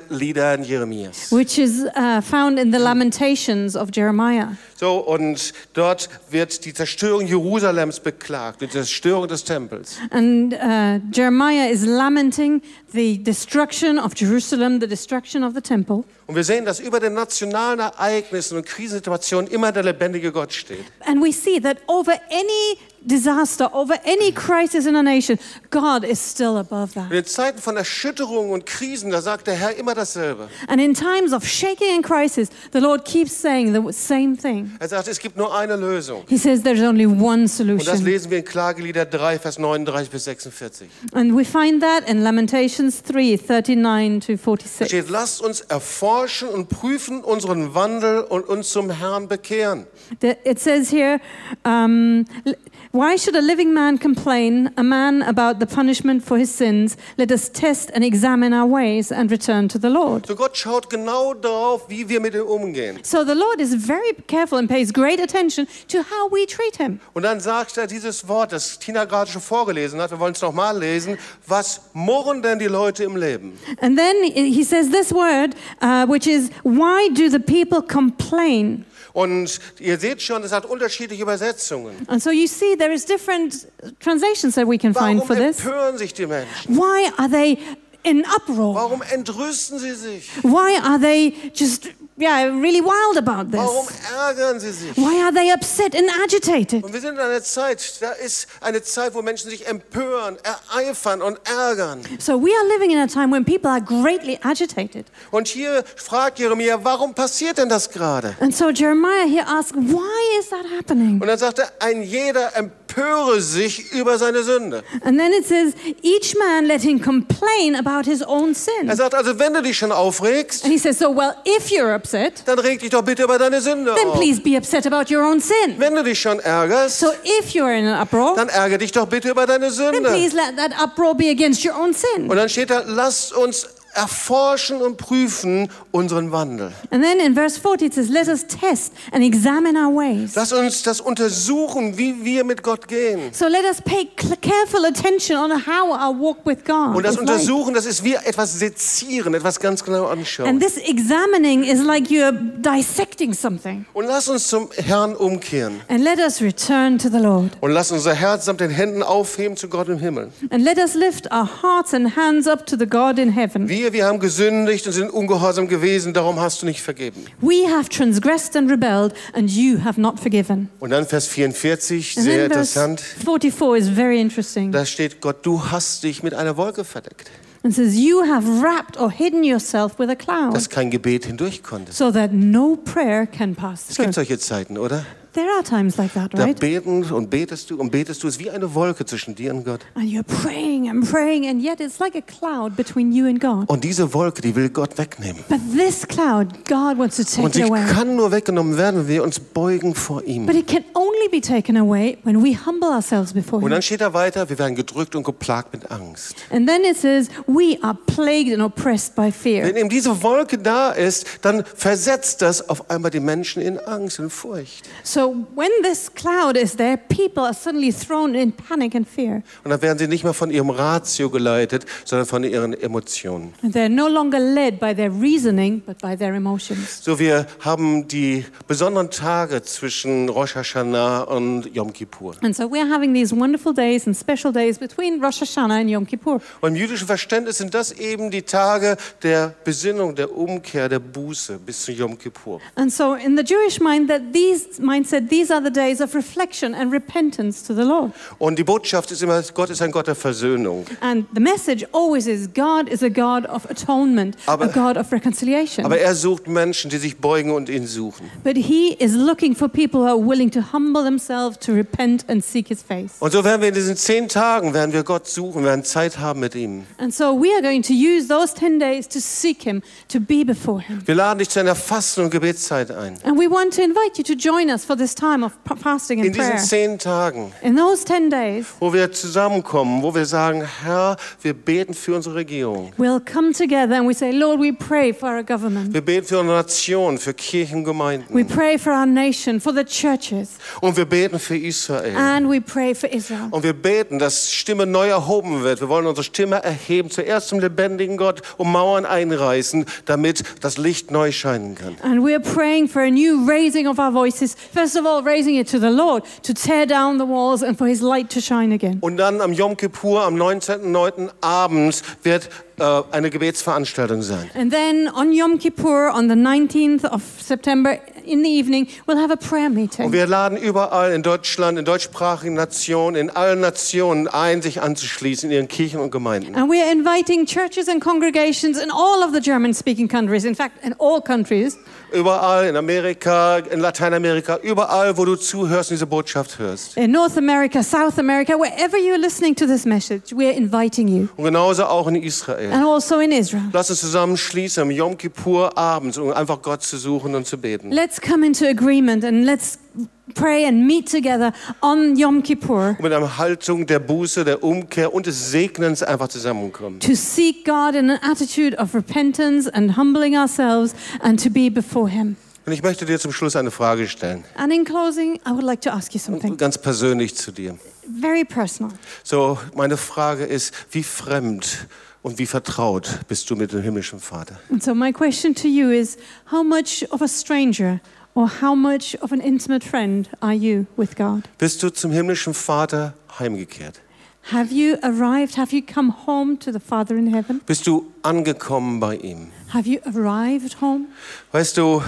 Klageliedern Jeremias. which is uh, found in the Lamentations of Jeremiah. So, und dort wird die Zerstörung Jerusalems beklagt, die Zerstörung des Tempels. And uh, Jeremiah is lamenting the destruction of Jerusalem, the destruction of the temple. Und wir sehen, dass über den nationalen Ereignissen und Krisensituationen immer der lebendige Gott steht. And we see that over any disaster, over any crisis in a nation, God is still above In that. den Zeiten von Erschütterungen und Krisen, da sagt der Herr immer dasselbe. And in times of shaking and crisis, the Lord keeps saying the same thing. Er sagt, es gibt nur eine Lösung. He says there's only one Und das solution. lesen wir in Klagelieder 3, Vers 39 bis 46. And we find that in Lamentations 3 39 to Da 46. steht, lasst uns erforschen und prüfen unseren Wandel und uns zum Herrn bekehren. The- It says here, um, l- why should a living man complain, a man about the punishment for his sins? Let us test and examine our ways and return to the Lord. So Gott schaut genau darauf, wie wir mit ihm umgehen. So the Lord is very careful and pays great attention to how we treat him. Und dann sagt er dieses Wort, das Tina gerade schon vorgelesen hat, wir wollen es nochmal lesen. Was murren denn die Leute im Leben? And then he he says this word, uh, which is, why do the people complain? Und ihr seht schon, es hat unterschiedliche Übersetzungen. And so you see there is different translations that we can find Warum for this. empören sich die Menschen? Why are they in uproar? Warum entrüsten sie sich? Why are they just yeah, really wild about Warum this. ärgern sie sich? Why are they upset and agitated? Und wir sind in einer Zeit, da ist eine Zeit, wo Menschen sich empören, ereifern und ärgern. So we are living in a time when people are greatly agitated. Und hier fragt Jeremia, warum passiert denn das gerade? And so Jeremiah here asks, why is that happening? Und dann sagt er, ein jeder empöre sich über seine Sünde. And then it says, each man let him complain about his own sin. Er sagt also, wenn du dich schon aufregst, And he says, so well, if you're upset, dann reg dich doch bitte über deine Sünde then auf. please be upset about your own sin. Wenn du dich schon ärgerst, So if you're in an uproar, dann ärgere dich doch bitte über deine then Sünde. please let that uproar be against your own sin. Und dann steht da, lasst uns erforschen und prüfen unseren Wandel. And then in verse 40 it says, let us test and examine our ways. Lass uns das untersuchen, wie wir mit Gott gehen. So let us pay cl- careful attention on how our walk with God Und das is like. Untersuchen, das ist wie etwas sezieren, etwas ganz genau anschauen. And this examining is like you're dissecting something. Und lass uns zum Herrn umkehren. And let us return to the Lord. Und lass unser Herz samt den Händen aufheben zu Gott im Himmel. And let us lift our hearts and hands up to the God in heaven. Wir, wir haben gesündigt und sind ungehorsam gewesen, darum hast du nicht vergeben. We have transgressed and rebelled, and you have not forgiven. Und dann Vers 44, And sehr then verse interessant. 44 is very interesting. Da steht, Gott, du hast dich mit einer Wolke verdeckt, And says, You have wrapped or hidden yourself with a cloud dass kein Gebet hindurch konnte. so that no prayer can pass Es through. gibt solche Zeiten, oder? There are times like that, Da right? beten und betest du und betest du. Es ist wie eine Wolke zwischen dir und Gott. And you're praying and praying, and yet it's like a cloud between you and God. Und diese Wolke, die will Gott wegnehmen. But this cloud, God wants to Und take sie it away. kann nur weggenommen werden, wenn wir uns beugen vor But ihm. it can only be taken away when we humble ourselves before Und Him. dann steht da weiter, wir werden gedrückt und geplagt mit Angst. And then it says, We are plagued and oppressed by fear. Wenn eben diese Wolke da ist, dann versetzt das auf einmal die Menschen in Angst und Furcht. So when this cloud is there, people are suddenly thrown in panic and fear. Und dann werden sie nicht mehr von ihrem Ratio geleitet, sondern von ihren Emotionen. And they're no longer led by their reasoning, but by their emotions. So, wir haben die besonderen Tage zwischen Rosh Hashanah und Yom Kippur. And so we're having these wonderful days and special days between Rosh Hashanah and Yom Kippur. Und im jüdischen Verständnis sind das eben die Tage der Besinnung, der Umkehr, der Buße bis zu Yom Kippur. And so in the Jewish mind that these mindset, these are the days of reflection and repentance to the Lord. Und die Botschaft ist immer, Gott ist ein Gott der Versöhnung. And the message always is God is a God of atonement, Aber- a God of reconciliation. Aber er sucht Menschen, die sich beugen und ihn suchen. But he is looking for people who are willing to humble themselves, to repent and seek his face. Und so werden wir in diesen zehn Tagen, werden wir Gott suchen, werden Zeit haben mit ihm. And so we are going to use those 10 days to seek him, to be before him. Wir laden dich zu einer Fasten- und Gebetszeit ein. And we want to invite you to join us for this time of p- fasting In and diesen prayer. zehn Tagen, In those 10 days, wo wir zusammenkommen, wo wir sagen, Herr, wir beten für unsere Regierung. we'll come together and we say, Lord, we pray for our government. Wir beten für unsere Nation, für Kirchen, We Gemeinden. pray for our nation, for the churches, Und wir beten für Israel. and we pray for Israel. Und wir beten, dass Stimme neu erhoben wird. Wir wollen unsere Stimme erheben, zuerst zum lebendigen Gott und Mauern einreißen, damit das Licht neu scheinen kann. And we're praying for a new raising of our voices. First of all, raising it to the Lord to tear down the walls and for his light to shine again. Und dann am Yom Kippur, am 19.09. abends, wird äh, eine Gebetsveranstaltung sein. And then on Yom Kippur, on the 19th of September in the evening, we'll have a prayer Und meeting. wir laden überall in Deutschland, in deutschsprachigen Nationen, in allen Nationen ein, sich anzuschließen in ihren Kirchen und Gemeinden. And we're inviting churches and congregations in all of the German speaking countries, in fact, in all countries, Überall in Amerika, in Lateinamerika, überall, wo du zuhörst und diese Botschaft hörst. in North America, South America, wherever you're listening to this message, we're inviting you. Und genauso auch in Israel. And also in Israel. Lass uns zusammen schließen am Yom Kippur abends, um einfach Gott zu suchen und zu beten. Let's come into agreement and let's pray and meet together on Yom Kippur Und mit einer Haltung der Buße, der Umkehr und des Segnens einfach zusammenkommen. to seek God in an attitude of repentance and humbling ourselves and to be before Him. Und ich möchte dir zum Schluss eine Frage stellen. And in closing, I would like to ask you something Ganz persönlich zu dir. very personal. So, meine Frage ist, wie fremd und wie vertraut bist du mit dem himmlischen Vater? And so, my question to you is how much of a stranger or how much of an intimate friend are you with God? Bist du zum himmlischen Vater heimgekehrt? Have you arrived? Have you come home to the Father in heaven? Bist du angekommen bei ihm? Have you arrived home? Weißt du,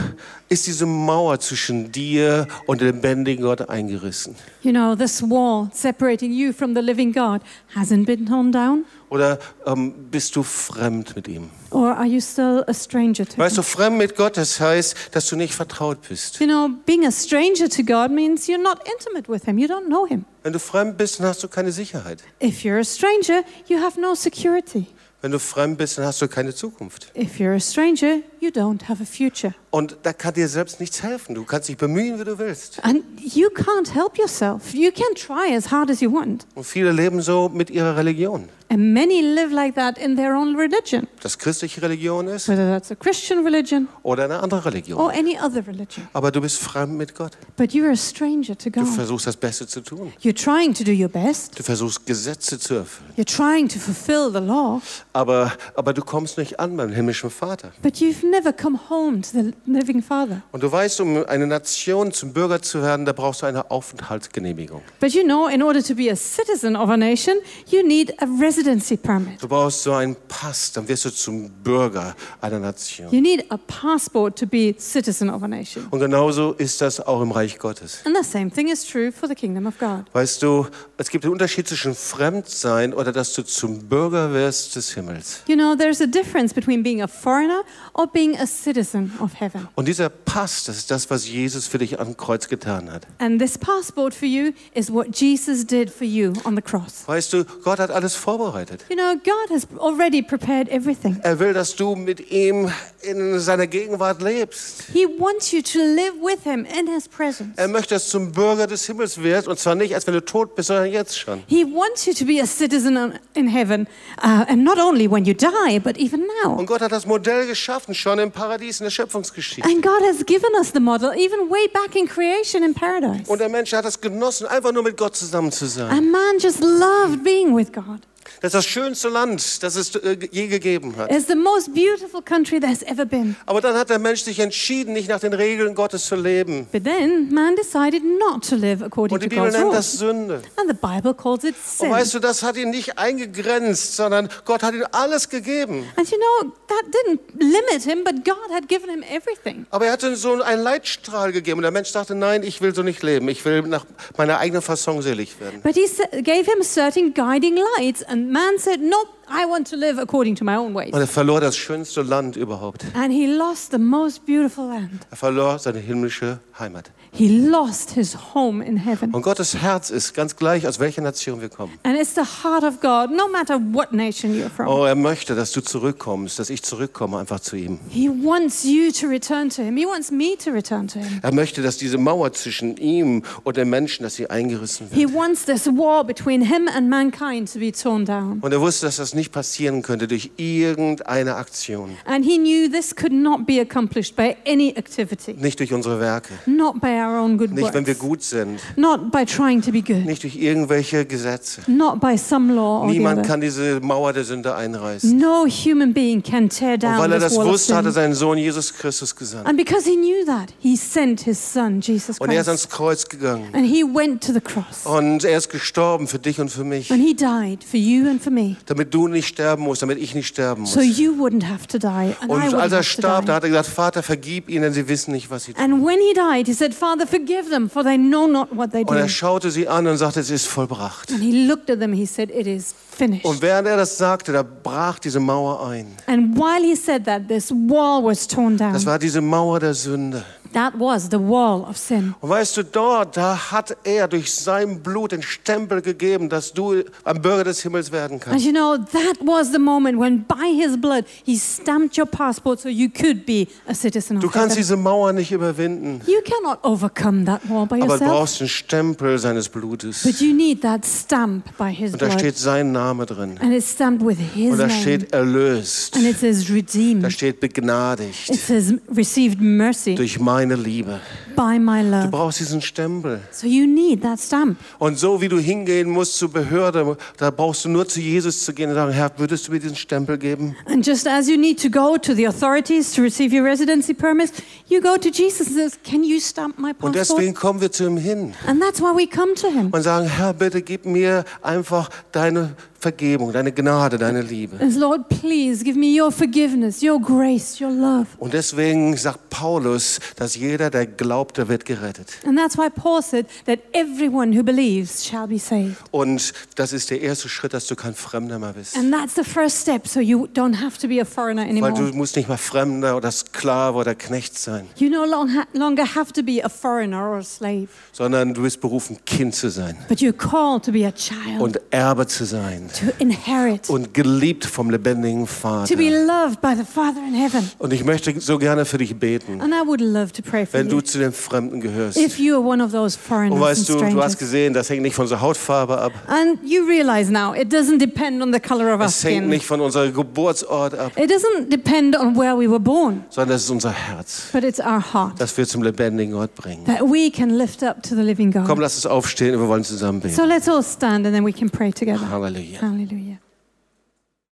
ist diese Mauer zwischen dir und dem lebendigen Gott eingerissen? You know, this wall separating you from the living God hasn't been torn down? Oder ähm, bist du fremd mit ihm? Or are you still a stranger to Weißt du, Him? fremd mit Gott, das heißt, dass du nicht vertraut bist. You know, being a stranger to God means you're not intimate with Him, you don't know Him. Wenn du fremd bist, dann hast du keine Sicherheit. If you're a stranger, you have no security. Wenn du fremd bist, dann hast du keine Zukunft. If you're a stranger, you don't have a future. Und da kann dir selbst nichts helfen. Du kannst dich bemühen, wie du willst. And you can't help yourself. You can try as hard as you want. Und viele leben so mit ihrer Religion. And many live like that in their own religion, Ob Das christliche Religion ist whether that's a Christian religion oder eine andere Religion. or any other religion. Aber du bist fremd mit Gott. But you're a stranger to Du God. versuchst das Beste zu tun. You're trying to do your best, Du versuchst Gesetze zu erfüllen. you're trying to fulfill the law, Aber, aber du kommst nicht an beim himmlischen Vater. but you've never come home to the living Father. Und du weißt, um eine Nation zum Bürger zu werden, da brauchst du eine Aufenthaltsgenehmigung. But you know, in order to be a citizen of a nation, you need a residency permit. Du brauchst so einen Pass, dann wirst du zum Bürger einer Nation. You need a passport to be citizen of a nation. Und genauso ist das auch im Reich Gottes. And the same thing is true for the kingdom of God. Weißt du, es gibt den Unterschied zwischen Fremdsein oder dass du zum Bürger wirst des Himmels. You know, there's a difference between being a foreigner or being a citizen of heaven. Und dieser Pass, das ist das, was Jesus für dich am Kreuz getan hat. And this passport for you is what Jesus did for you on the cross. Weißt du, Gott hat alles vorbereitet. You know, God has already prepared everything. Er will, dass du mit ihm in seiner Gegenwart lebst. He wants you to live with Him in His presence. Er möchte, dass du zum Bürger des Himmels wirst. Und zwar nicht, als wenn du tot bist, sondern jetzt schon. He wants you to be a citizen on- in heaven, uh, and not only when you die, but even now. Und Gott hat das Modell geschaffen, schon im Paradies, in der Schöpfungsgeschichte. And God has given us the model, even way back in creation in paradise. Und der Mensch hat es genossen, einfach nur mit Gott zusammen zu sein. And man just loved being with God. Das ist das schönste Land, das es äh, je gegeben hat. It's the most beautiful country there's ever been. Aber dann hat der Mensch sich entschieden, nicht nach den Regeln Gottes zu leben. But then man decided not to live according Und die to Bibel God's nennt das rules. Sünde. And the Bible calls it Und sin. weißt du, das hat ihn nicht eingegrenzt, sondern Gott hat ihm alles gegeben. And you know, that didn't limit him, but God had given him everything. Aber er hat ihm so einen Leitstrahl gegeben. Und der Mensch dachte, nein, ich will so nicht leben. Ich will nach meiner eigenen Fassung selig werden. But he sa- gave him certain guiding lights, and man said, No, I want to live according to my own ways. Und er verlor das schönste Land überhaupt. And he lost the most beautiful land. Er verlor seine himmlische Heimat. He lost his home in heaven. Und Gottes Herz ist ganz gleich, aus welcher Nation wir kommen. And it's the heart of God, no matter what nation you're from. Oh, er möchte, dass du zurückkommst, dass ich zurückkomme einfach zu ihm. He wants you to return to him. He wants me to return to him. Er möchte, dass diese Mauer zwischen ihm und den Menschen, dass sie eingerissen wird. He wants this wall between him and mankind to be torn down. Und er wusste, dass das nicht passieren könnte durch irgendeine Aktion, And he knew this could not be accomplished by any activity, nicht durch unsere Werke, not by our own good nicht wenn wir works, gut sind, not by trying to be good, nicht durch irgendwelche Gesetze. not by some law or the Niemand other. kann diese Mauer der Sünde einreißen. No human being can tear Und down weil er this das wall of wusste, hat er sin. seinen Sohn Jesus Christus gesandt. And because he knew that, he sent his son, Jesus Und er ist Christ. ans Kreuz gegangen. And he went to the cross. Und er ist gestorben für dich und für mich, And he died for you and for me. damit du nicht sterben musst, damit ich nicht sterben muss. So you wouldn't have to die. And I Und als wouldn't er have to starb, da die. hat er gesagt, Vater, vergib ihnen, denn sie wissen nicht, was sie tun. And when he died, he said, Father, forgive them, for they know not what they Und do. er schaute sie an und sagte, es ist vollbracht. And he looked at them, he said, It is finished. Und während er das sagte, da brach diese Mauer ein. And while he said that, this wall was torn down. Das war diese Mauer der Sünde. That was the wall of sin. Und weißt du, dort, da hat er durch sein Blut den Stempel gegeben, dass du ein Bürger des Himmels werden And kannst. you know, that was the moment when by his blood he stamped your passport so you could be a citizen of Du kannst heaven. diese Mauer nicht überwinden, You cannot overcome that wall by aber du yourself, brauchst den Stempel seines Blutes. but you need that stamp by his Und da blood. steht sein Name drin. And it's stamped with his Und da name. steht erlöst. And it says Da redeemed. steht It begnadigt says received mercy durch meine Liebe. by my Du love. brauchst diesen Stempel. So you need that stamp. Und so wie du hingehen musst zur Behörde, da brauchst du nur zu Jesus zu gehen und sagen, Herr, würdest du mir diesen Stempel geben? And just as you need to go to the authorities to receive your residency permit, you go to Jesus and says, Can you stamp my Und passport? deswegen kommen wir zu ihm hin And that's why we come to him. und sagen, Herr, bitte gib mir einfach deine Vergebung, deine Gnade, deine Liebe. And Lord, please give me your forgiveness, your grace, your love. Und deswegen sagt Paulus, dass jeder, der glaubte, wird gerettet. And that's why Paul said that everyone who believes shall be saved. Und das ist der erste Schritt, dass du kein Fremder mehr bist. And that's the first step, so you don't have to be a foreigner Weil du anymore. musst nicht mehr Fremder oder Sklave oder Knecht sein, You no long, longer have to be a foreigner or a slave, sondern du bist berufen, Kind zu sein but you're called to be a child, und Erbe zu sein to inherit, und geliebt vom lebendigen to be Vater. loved by the Father in heaven. Und ich möchte so gerne für dich beten, And I would love to pray for wenn du you zu den Fremden gehörst. if you are one of those Und foreigners and weißt du, du hast strangers. gesehen, das hängt nicht von unserer Hautfarbe ab, And you realize now, it doesn't depend on the color of our es hängt skin. nicht von unserem Geburtsort ab, It doesn't depend on where we were born, sondern es ist unser Herz, but it's our heart das wir zum lebendigen Gott bringen. that we can lift up to the living Komm, God. lass uns aufstehen und wir wollen zusammen So beten. let's all stand and then we can pray together. Halleluja. Hallelujah.